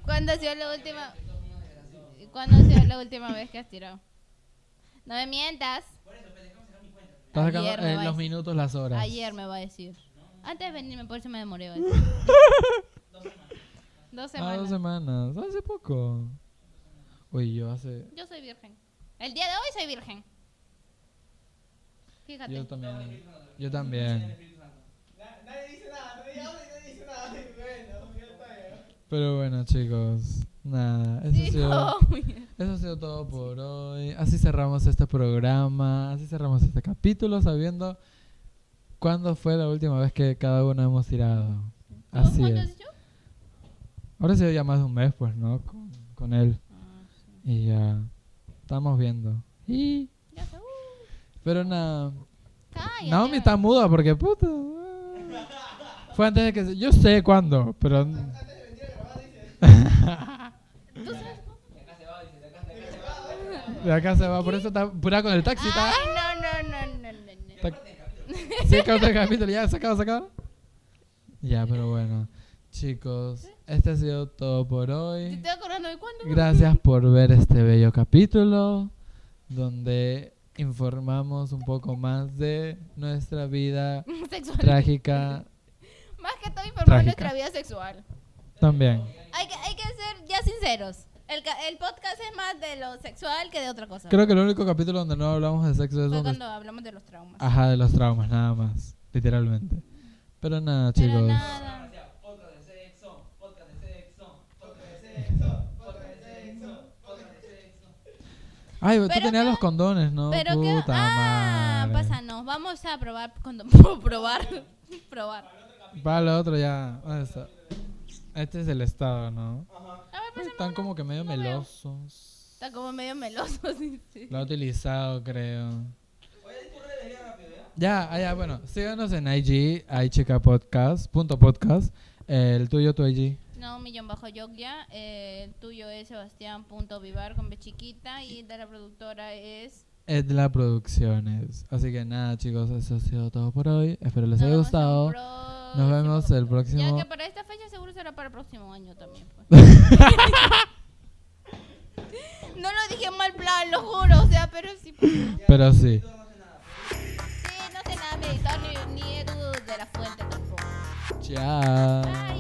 ¿Cuándo ha sido la última? ¿Cuándo ha sido la última vez que has tirado? No me mientas.
Estás sacando
Ayer me
eh,
va a
los
decir-
minutos, las horas.
Ayer me va a decir. Antes de venirme, por eso me demoré.
[LAUGHS]
hoy. Dos
Ah, dos
semanas.
semanas. Hace poco. Uy, yo hace.
Yo soy virgen. El día de hoy soy virgen. Fíjate.
Yo también. Yo también.
Na- Nadie dice nada, nadie habla y nadie dice nada. Bueno, ya está ya.
Pero bueno, chicos. Nada. Eso,
Sí, [LAUGHS]
ha sido,
no.
eso ha sido todo por hoy. Así cerramos este programa. Así cerramos este capítulo sabiendo cuándo fue la última vez que cada uno hemos tirado. Así
¿Cuánto has
es.
dicho?
Ahora sí, ya más de un mes, pues, ¿no? Con, con él. Y ya. Estamos viendo. Y...
Ya sé, uh,
Pero nada.
cállate.
Naomi está muda porque puta. eh. Fue antes de que. se- Yo sé cuándo, pero.
Antes de venir a grabar, dice.
¿Tú sabes cómo?
De acá se va, dice, de acá, de acá se va.
De acá se va, por eso está pura con el taxi. Está,
Ay, no, no, no, no, no, no.
está- Sí, acá otro capítulo, ya, se acaba, se acaba. Ya, pero bueno. Chicos, este ha sido todo por
Te
hoy.
estoy acordando de cuándo.
Gracias por ver este bello capítulo donde informamos un poco más de nuestra vida
[LAUGHS] Sexual.
trágica
Más que todo informar
Trágica.
nuestra vida sexual.
también.
Hay que, hay que ser ya sinceros. El, ca- el podcast es más de lo sexual que de otra cosa.
Creo que el único capítulo donde no hablamos de sexo es Ah,
Fue
donde
cuando hablamos de los traumas.
Ajá, de los traumas, nada más. Literalmente. Pero nada,
Pero
chicos.
nada.
Podcast de sexo, podcast de sexo, podcast de sexo, podcast de sexo, podcast de sexo.
Ay, tú
Pero
tenías
qué-
los condones, ¿no?
Pero que.
Puta
Ah,
madre.
pásanos. Vamos a probar. Cuando, [LAUGHS] probar. probar.
Para lo otro ya. ¿dónde está? Este es el estado, ¿no?
A ver,
Ay,
pásame
están
una.
como que medio
no veo.
melosos.
Está como medio meloso. [LAUGHS] sí, sí.
Lo ha utilizado, creo.
Oye, tu red de rápido, ¿ya?
Ya, ah, ya, bueno. Síganos en IG, iChicaPodcast, punto podcast. El tuyo, tu IG.
No, millón bajo Yogya. eh, el tuyo es Sebastián.vivar con B chiquita y de la productora es.
Edla Producciones. Así que nada, chicos, eso ha sido todo por hoy. Espero les
Nos
haya
vemos
gustado.
en un
Nos vemos el
Ya
próximo.
que para esta fecha seguro será para el próximo año también.
[LAUGHS]
pues. no lo dije en mal plan, lo juro. O sea, pero sí. pues, no.
Pero sí.
Sí, no sé nada, mi editor ni, ni Edu de la fuente tampoco.
Chao.